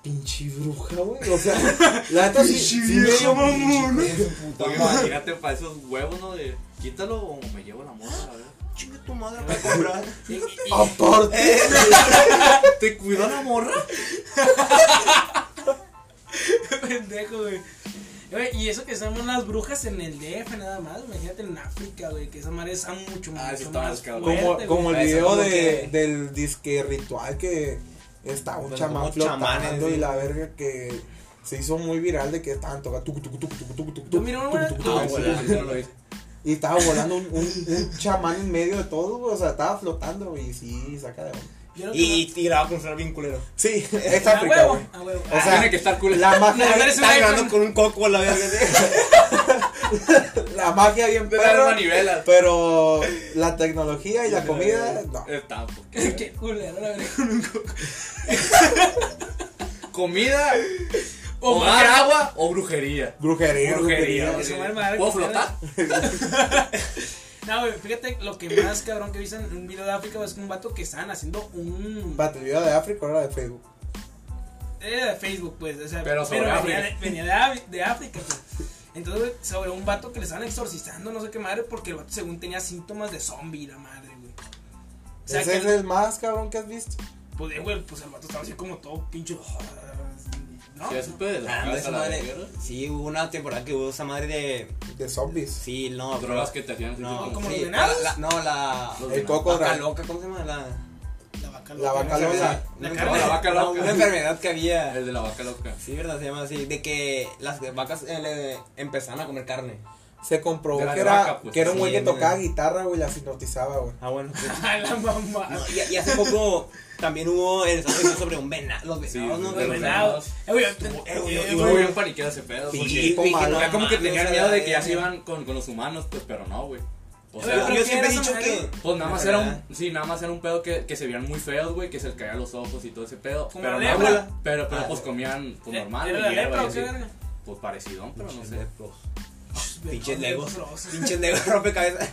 [SPEAKER 1] Pinche bruja, güey. O
[SPEAKER 2] [LAUGHS]
[SPEAKER 1] sea, la neta sí, sí me dio- [LAUGHS]
[SPEAKER 3] Oye,
[SPEAKER 4] [LAUGHS]
[SPEAKER 3] imagínate para esos huevos, ¿no? De quítalo o me llevo la morra, la verdad.
[SPEAKER 4] [LAUGHS] Chinga tu madre, voy
[SPEAKER 1] [LAUGHS]
[SPEAKER 4] a comprar.
[SPEAKER 2] Y- y-
[SPEAKER 1] Aparte,
[SPEAKER 3] ¿Te cuidó la morra?
[SPEAKER 2] [LAUGHS] Pendejo, güey. Güey, Y eso que somos las brujas en el DF nada más, imagínate en África, güey, que esa madre está mucho más,
[SPEAKER 3] Ah, sí
[SPEAKER 2] son
[SPEAKER 3] está
[SPEAKER 2] más
[SPEAKER 3] más cabrón.
[SPEAKER 2] fuerte,
[SPEAKER 1] como, como
[SPEAKER 2] güey.
[SPEAKER 1] el
[SPEAKER 4] Eso,
[SPEAKER 1] video
[SPEAKER 4] como
[SPEAKER 1] de,
[SPEAKER 4] que-
[SPEAKER 1] del disque ritual que está un
[SPEAKER 4] Bueno,
[SPEAKER 1] chamán
[SPEAKER 4] como chamanes,
[SPEAKER 1] flotando y
[SPEAKER 4] sí.
[SPEAKER 1] la verga que se hizo muy viral de que estaban tocando. tucu, tucu, tucu, tucu, tucu, tucu,
[SPEAKER 2] miré
[SPEAKER 1] tucu,
[SPEAKER 2] una-
[SPEAKER 1] tucu,
[SPEAKER 2] Ah,
[SPEAKER 1] tucu,
[SPEAKER 3] No,
[SPEAKER 1] tucu,
[SPEAKER 3] güey,
[SPEAKER 1] tucu,
[SPEAKER 3] yo no lo hice.
[SPEAKER 1] Y estaba volando un, un, un chamán en medio de todo, güey, O sea, estaba flotando, güey. Y sí, saca de onda.
[SPEAKER 2] Yo no
[SPEAKER 4] Y tiraba con un bien culero.
[SPEAKER 1] Sí, es
[SPEAKER 2] a
[SPEAKER 1] África,
[SPEAKER 2] Ah, huevo,
[SPEAKER 1] güey.
[SPEAKER 2] a huevo.
[SPEAKER 1] O sea,
[SPEAKER 3] [LAUGHS] Tiene que estar cool.
[SPEAKER 1] La magia,
[SPEAKER 2] A ver,
[SPEAKER 1] de,
[SPEAKER 2] es un
[SPEAKER 4] Estaba
[SPEAKER 2] iPhone.
[SPEAKER 4] grabando con un coco a la verga.
[SPEAKER 1] la magia bien
[SPEAKER 3] Pero no
[SPEAKER 1] perra,
[SPEAKER 3] nivelas.
[SPEAKER 1] pero la tecnología y [LAUGHS] la comida, no.
[SPEAKER 3] Está, porque-
[SPEAKER 2] Ah, [LAUGHS] Qué culero la verga con un coco.
[SPEAKER 3] Comida,
[SPEAKER 2] O
[SPEAKER 3] o dar agua, o brujería.
[SPEAKER 1] Brujería,
[SPEAKER 3] Brujería.
[SPEAKER 1] brujería.
[SPEAKER 2] Su madre madre,
[SPEAKER 3] ¿Puedo
[SPEAKER 2] culera.
[SPEAKER 3] flotar?
[SPEAKER 2] No, güey, fíjate lo que más cabrón que viste en un video de África güey, es un vato que estaban haciendo un.
[SPEAKER 1] Espérate, el video de África era de Facebook.
[SPEAKER 2] Era de Facebook, pues. O sea,
[SPEAKER 3] Pero sobre
[SPEAKER 2] venía,
[SPEAKER 3] África.
[SPEAKER 2] de, venía de Af- de África, pues. Entonces, güey, sobre un vato que le estaban exorcizando, no sé qué madre, porque el vato según tenía síntomas de zombie, la madre, güey. O sea,
[SPEAKER 1] Ese
[SPEAKER 2] que
[SPEAKER 1] es el más cabrón que has visto.
[SPEAKER 2] pues, eh, güey, pues el vato estaba así como todo pinche. oh, ¿No?
[SPEAKER 3] Sí, eso puede.
[SPEAKER 4] Ah,
[SPEAKER 3] drogas
[SPEAKER 4] esa
[SPEAKER 3] a la
[SPEAKER 4] madre-
[SPEAKER 3] verga.
[SPEAKER 4] Sí, hubo una temporada que hubo esa madre de.
[SPEAKER 1] De zombies.
[SPEAKER 4] Sí, no.
[SPEAKER 3] Drogas
[SPEAKER 4] pero-
[SPEAKER 3] que te hacían.
[SPEAKER 4] No,
[SPEAKER 3] sentir
[SPEAKER 2] como
[SPEAKER 4] sí,
[SPEAKER 2] los venados.
[SPEAKER 4] la- no, la.
[SPEAKER 3] Los
[SPEAKER 1] El coco
[SPEAKER 4] Vaca
[SPEAKER 1] ra-
[SPEAKER 4] loca, ¿cómo se llama? La.
[SPEAKER 2] La vaca
[SPEAKER 1] La vaca
[SPEAKER 2] no sé,
[SPEAKER 1] loca.
[SPEAKER 2] La
[SPEAKER 4] una-
[SPEAKER 2] carne.
[SPEAKER 4] no,
[SPEAKER 3] La vaca
[SPEAKER 4] no,
[SPEAKER 3] loca.
[SPEAKER 4] Una enfermedad que
[SPEAKER 3] como-
[SPEAKER 4] había.
[SPEAKER 3] El de la vaca loca.
[SPEAKER 4] Sí, ¿verdad? Se llama así. De que las vacas eh, le empezaron a comer carne.
[SPEAKER 1] Se comprobó
[SPEAKER 3] De la
[SPEAKER 1] que era,
[SPEAKER 3] vaca, pues,
[SPEAKER 1] que era un
[SPEAKER 4] sí,
[SPEAKER 1] güey que
[SPEAKER 4] mira.
[SPEAKER 1] tocaba guitarra, güey, las hipnotizaba, güey.
[SPEAKER 4] Ah, bueno.
[SPEAKER 2] [LAUGHS] A la mamá.
[SPEAKER 4] No, y, y hace poco también hubo en Estados Unidos sobre un venado. Los
[SPEAKER 3] Sí,
[SPEAKER 4] venados, ¿no?
[SPEAKER 3] los
[SPEAKER 4] De los
[SPEAKER 3] venados.
[SPEAKER 2] Venado. Eh, güey,
[SPEAKER 4] Eh, güey,
[SPEAKER 2] eh,
[SPEAKER 4] yo-
[SPEAKER 3] Estuvo
[SPEAKER 4] güey.
[SPEAKER 3] bien paniqueado ese pedo.
[SPEAKER 4] Sí,
[SPEAKER 3] porque
[SPEAKER 4] dije,
[SPEAKER 1] como
[SPEAKER 4] no
[SPEAKER 1] acá
[SPEAKER 3] ya como que
[SPEAKER 4] mames, eh,
[SPEAKER 3] tenían
[SPEAKER 4] a
[SPEAKER 3] miedo
[SPEAKER 4] la
[SPEAKER 3] de que ya
[SPEAKER 4] verga.
[SPEAKER 3] se iban con, con los humanos, pues, pero no, güey. O
[SPEAKER 2] Pero-
[SPEAKER 3] sea,
[SPEAKER 4] Yo,
[SPEAKER 2] ¿qué
[SPEAKER 4] yo siempre he
[SPEAKER 2] eh, era
[SPEAKER 4] dicho
[SPEAKER 2] esa
[SPEAKER 4] que.
[SPEAKER 3] pues nada más era un, sí, nada más era un pedo que, que se veían muy feos, güey, que se les caían los ojos y todo ese pedo.
[SPEAKER 2] Como
[SPEAKER 3] pero
[SPEAKER 2] la
[SPEAKER 3] no,
[SPEAKER 2] lepra. Eh,
[SPEAKER 3] güey, pero, pero
[SPEAKER 4] Ah,
[SPEAKER 3] pues
[SPEAKER 4] güey.
[SPEAKER 3] comían pues normal,
[SPEAKER 2] ¿Era
[SPEAKER 3] güey,
[SPEAKER 2] la
[SPEAKER 3] hierba
[SPEAKER 2] lepra
[SPEAKER 3] y
[SPEAKER 2] o qué
[SPEAKER 3] así.
[SPEAKER 2] verga?
[SPEAKER 3] Pues parecido, pero no sé.
[SPEAKER 4] Pinches Pinches
[SPEAKER 2] Venado
[SPEAKER 4] legos.
[SPEAKER 3] [LAUGHS]
[SPEAKER 2] leproso.
[SPEAKER 4] Pinches negros rompecabezas.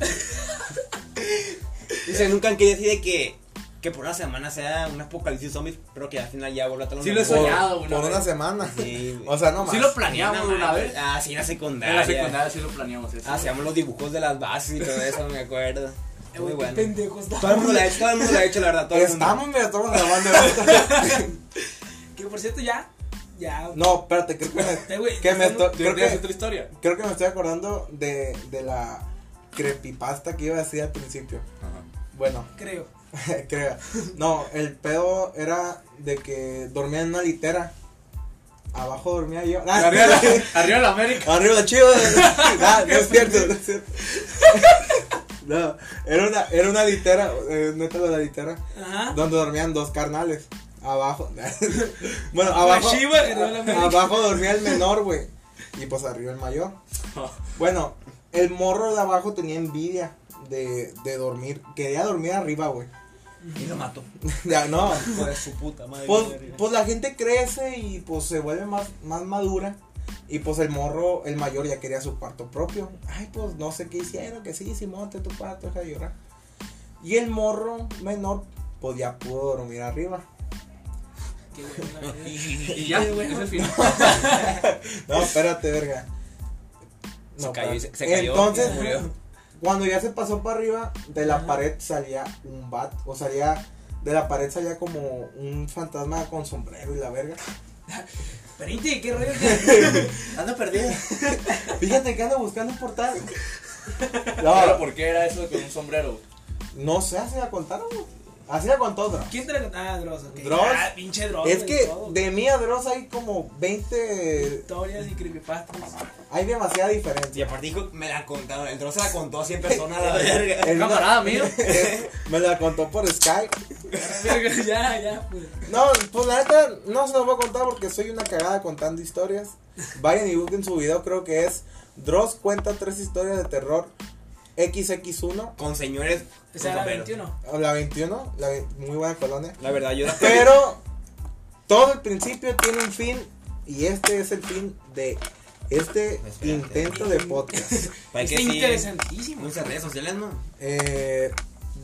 [SPEAKER 4] Dice, nunca han querido decir de que, que por una semana sea un apocalipsis zombie, pero que al final ya vuelva a estar
[SPEAKER 3] Sí
[SPEAKER 4] normal.
[SPEAKER 3] lo he soñado
[SPEAKER 1] Por
[SPEAKER 3] una vez.
[SPEAKER 1] una semana.
[SPEAKER 4] Sí, güey.
[SPEAKER 1] O sea, no más.
[SPEAKER 3] Sí lo planeamos
[SPEAKER 4] No,
[SPEAKER 3] una
[SPEAKER 4] mames.
[SPEAKER 3] vez.
[SPEAKER 4] Ah, sí, en la secundaria.
[SPEAKER 3] En la secundaria sí lo planeamos eso.
[SPEAKER 4] Hacíamos los dibujos de las bases y todo eso, me acuerdo.
[SPEAKER 2] Eh,
[SPEAKER 4] Muy
[SPEAKER 2] güey, qué
[SPEAKER 4] bueno.
[SPEAKER 2] pendejos
[SPEAKER 4] Todo el mundo lo ha
[SPEAKER 2] estamos.
[SPEAKER 4] hecho, todo el mundo lo ha hecho, la verdad. Todo el mundo.
[SPEAKER 1] Estamos, mira, estamos grabando ahorita.
[SPEAKER 2] Que por cierto, ya. Ya.
[SPEAKER 1] No, espérate, creo que me,
[SPEAKER 2] Eh, güey,
[SPEAKER 1] que me
[SPEAKER 2] estamos-
[SPEAKER 1] estoy-
[SPEAKER 3] ¿Tú
[SPEAKER 1] creo,
[SPEAKER 3] tienes
[SPEAKER 1] que,
[SPEAKER 3] otra historia?
[SPEAKER 1] creo que me estoy acordando de, de la creepypasta que iba a decir al principio. Bueno, [LAUGHS]
[SPEAKER 2] Creo.
[SPEAKER 1] creo. No, el pedo era de que dormía en una litera. Abajo dormía yo. Ah,
[SPEAKER 3] [LAUGHS] Arriba la- Arriba la América.
[SPEAKER 1] Arriba la chiva. [LAUGHS] Nah, no es cierto, no es cierto. [LAUGHS] No, era una, era una litera, eh, neta lo de la litera,
[SPEAKER 2] Ajá.
[SPEAKER 1] donde dormían dos carnales. Abajo. [LAUGHS] bueno,
[SPEAKER 2] La
[SPEAKER 1] abajo.
[SPEAKER 2] chiva que no la
[SPEAKER 1] a-
[SPEAKER 2] América.
[SPEAKER 1] abajo dormía el menor, güey. Y pues arriba el
[SPEAKER 2] [LAUGHS]
[SPEAKER 1] mayor. Bueno, el morro de abajo tenía envidia de, de dormir. Quería dormir arriba, güey. [LAUGHS]
[SPEAKER 4] Y lo mató.
[SPEAKER 1] Ya, no.
[SPEAKER 4] Hijo de su puta madre.
[SPEAKER 1] Pues, pues la gente crece y pues se vuelve más, más madura. Y pues el morro, el mayor ya quería su parto propio. Ay, pues no sé qué hicieron, que sí, Simón, te tu parto, deja de llorar. Y el morro menor, pues ya pudo dormir arriba.
[SPEAKER 2] Qué
[SPEAKER 4] [LAUGHS]
[SPEAKER 2] bueno, la verga.
[SPEAKER 3] Y ya,
[SPEAKER 2] Qué bueno.
[SPEAKER 3] es el final.
[SPEAKER 1] No, espérate, verga.
[SPEAKER 4] Se cayó y se-
[SPEAKER 1] espérate.
[SPEAKER 4] se cayó y
[SPEAKER 1] Entonces,
[SPEAKER 4] se murió.
[SPEAKER 1] [LAUGHS] cuando ya se pasó para arriba, de la
[SPEAKER 2] Ajá.
[SPEAKER 1] pared salía un bat. O salía, de la pared salía como un fantasma con sombrero y la verga.
[SPEAKER 2] Perinte, qué rollo. que-
[SPEAKER 4] Anda perdida.
[SPEAKER 1] Fíjate que ando buscando un portal.
[SPEAKER 3] Pero
[SPEAKER 1] No,
[SPEAKER 3] ¿por qué era eso con un sombrero?
[SPEAKER 1] no sé, así la contaron. güey. Así la contó Dross.
[SPEAKER 2] ¿Quién te la contaba? Ah, Dross, ok.
[SPEAKER 1] Dross.
[SPEAKER 2] Ah, pinche Dross.
[SPEAKER 1] Es
[SPEAKER 2] güey,
[SPEAKER 1] que
[SPEAKER 2] todo.
[SPEAKER 1] de mí a Dross hay como 20.
[SPEAKER 2] Historias y creepypastas. [LAUGHS]
[SPEAKER 1] Hay demasiada
[SPEAKER 4] Y
[SPEAKER 1] diferencia.
[SPEAKER 4] aparte dijo, me la contaron. El trozo la contó a 100
[SPEAKER 3] [LAUGHS]
[SPEAKER 4] personas a la verga.
[SPEAKER 1] En una-
[SPEAKER 3] Camarada
[SPEAKER 1] [LAUGHS]
[SPEAKER 3] mío.
[SPEAKER 1] me la contó por Skype.
[SPEAKER 2] Verga, ya, ya, pues.
[SPEAKER 1] No, pues la neta no se los voy a contar porque soy una cagada contando historias. Vayan y busquen su video, creo que es Dross cuenta tres historias de terror XX1,
[SPEAKER 4] Con señores.
[SPEAKER 3] Pues
[SPEAKER 2] O sea,
[SPEAKER 4] con
[SPEAKER 2] era
[SPEAKER 4] sombrero.
[SPEAKER 2] 21.
[SPEAKER 1] o la 21, la ve- muy buena colonia.
[SPEAKER 4] La verdad, yo.
[SPEAKER 1] Pero todo el principio tiene un fin y este es el fin de este
[SPEAKER 4] Espérate.
[SPEAKER 1] intento de podcast.
[SPEAKER 4] Para
[SPEAKER 2] Está
[SPEAKER 4] que sí.
[SPEAKER 2] interesantísimo.
[SPEAKER 4] Muchas redes sociales, ¿no?
[SPEAKER 1] Eh,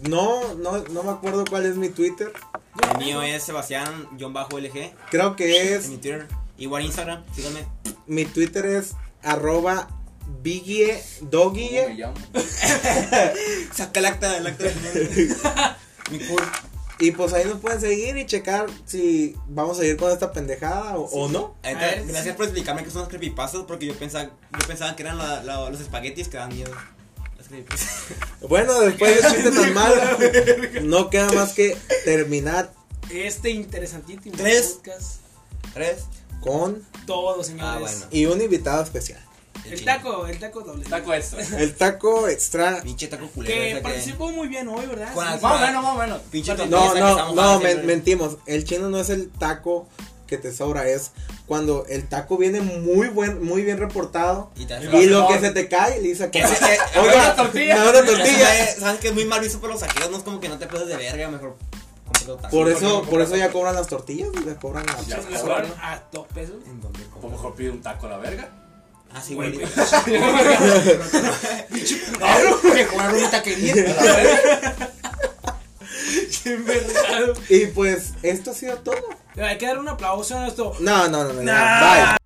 [SPEAKER 1] no, no, no me acuerdo cuál es mi Twitter.
[SPEAKER 4] El mío es Sebastián-LG.
[SPEAKER 1] Creo que
[SPEAKER 4] En
[SPEAKER 1] es
[SPEAKER 4] mi Twitter. Igual Instagram, síganme.
[SPEAKER 1] mi Twitter es arroba Biggie
[SPEAKER 3] ¿Cómo me
[SPEAKER 1] Doguille
[SPEAKER 3] llamo?
[SPEAKER 4] Saca el acta, el acta. [LAUGHS] mi cool.
[SPEAKER 1] y pues ahí nos pueden seguir y checar si vamos a ir con esta pendejada o, o no.
[SPEAKER 4] Ahorita,
[SPEAKER 2] A ver,
[SPEAKER 4] gracias
[SPEAKER 2] sí.
[SPEAKER 4] por explicarme que son los creepypastas porque yo pensaba, yo pensaba que eran la- la- los espaguetis que dan miedo. Los creepypastas.
[SPEAKER 1] Bueno, después de chiste tan
[SPEAKER 4] [LAUGHS]
[SPEAKER 1] malo, no queda más que terminar
[SPEAKER 2] Este interesantísimo
[SPEAKER 4] Tres.
[SPEAKER 2] podcast.
[SPEAKER 4] ¿Tres?
[SPEAKER 1] con
[SPEAKER 2] Todo, señores.
[SPEAKER 4] Ah, bueno.
[SPEAKER 1] y un invitado especial.
[SPEAKER 2] El taco, el taco doble.
[SPEAKER 3] Taco esto.
[SPEAKER 1] El taco extra
[SPEAKER 4] Pinche taco culero.
[SPEAKER 2] Que
[SPEAKER 4] ese
[SPEAKER 2] participó muy bien hoy, ¿verdad?
[SPEAKER 4] Con
[SPEAKER 2] Sí,
[SPEAKER 4] las
[SPEAKER 2] sí.
[SPEAKER 3] Más o menos, más o menos.
[SPEAKER 4] Pinche
[SPEAKER 2] No,
[SPEAKER 4] tortilla
[SPEAKER 1] No,
[SPEAKER 4] esa que
[SPEAKER 1] no,
[SPEAKER 4] estamos
[SPEAKER 1] no,
[SPEAKER 4] jugando
[SPEAKER 1] men-
[SPEAKER 4] siempre.
[SPEAKER 1] mentimos. El chino no es el taco que te sobra es cuando el taco viene muy buen, muy bien reportado
[SPEAKER 4] Y te hace-
[SPEAKER 1] y lo
[SPEAKER 3] no.
[SPEAKER 1] que se te cae, le dice que
[SPEAKER 4] Que- que-
[SPEAKER 3] una tortilla.
[SPEAKER 1] me da
[SPEAKER 4] [LAUGHS]
[SPEAKER 1] una tortilla.
[SPEAKER 4] Sabes- Sabes que es muy mal visto por los saqueos, no es como que no te pases de verga, mejor compras los tacos.
[SPEAKER 1] Por
[SPEAKER 3] Sí,
[SPEAKER 1] eso,
[SPEAKER 3] porque-
[SPEAKER 1] por eso ya cobran las tortillas y las cobran a- [LAUGHS]
[SPEAKER 3] Ya.
[SPEAKER 2] Se me fueron a dos pesos.
[SPEAKER 4] [LAUGHS] ¿En dónde
[SPEAKER 3] O Pues mejor pide un taco a la verga.
[SPEAKER 4] Ah, sí,
[SPEAKER 2] Güey,
[SPEAKER 4] güey.
[SPEAKER 2] güey.
[SPEAKER 4] [LAUGHS] Mejor una [LAUGHS] taquería.
[SPEAKER 2] [LAUGHS] En verdad.
[SPEAKER 1] Y pues, esto ha sido todo.
[SPEAKER 2] eh, Hay que dar un aplauso a nuestro
[SPEAKER 1] No, no, no, no. ya,
[SPEAKER 2] Nah.
[SPEAKER 1] Bye.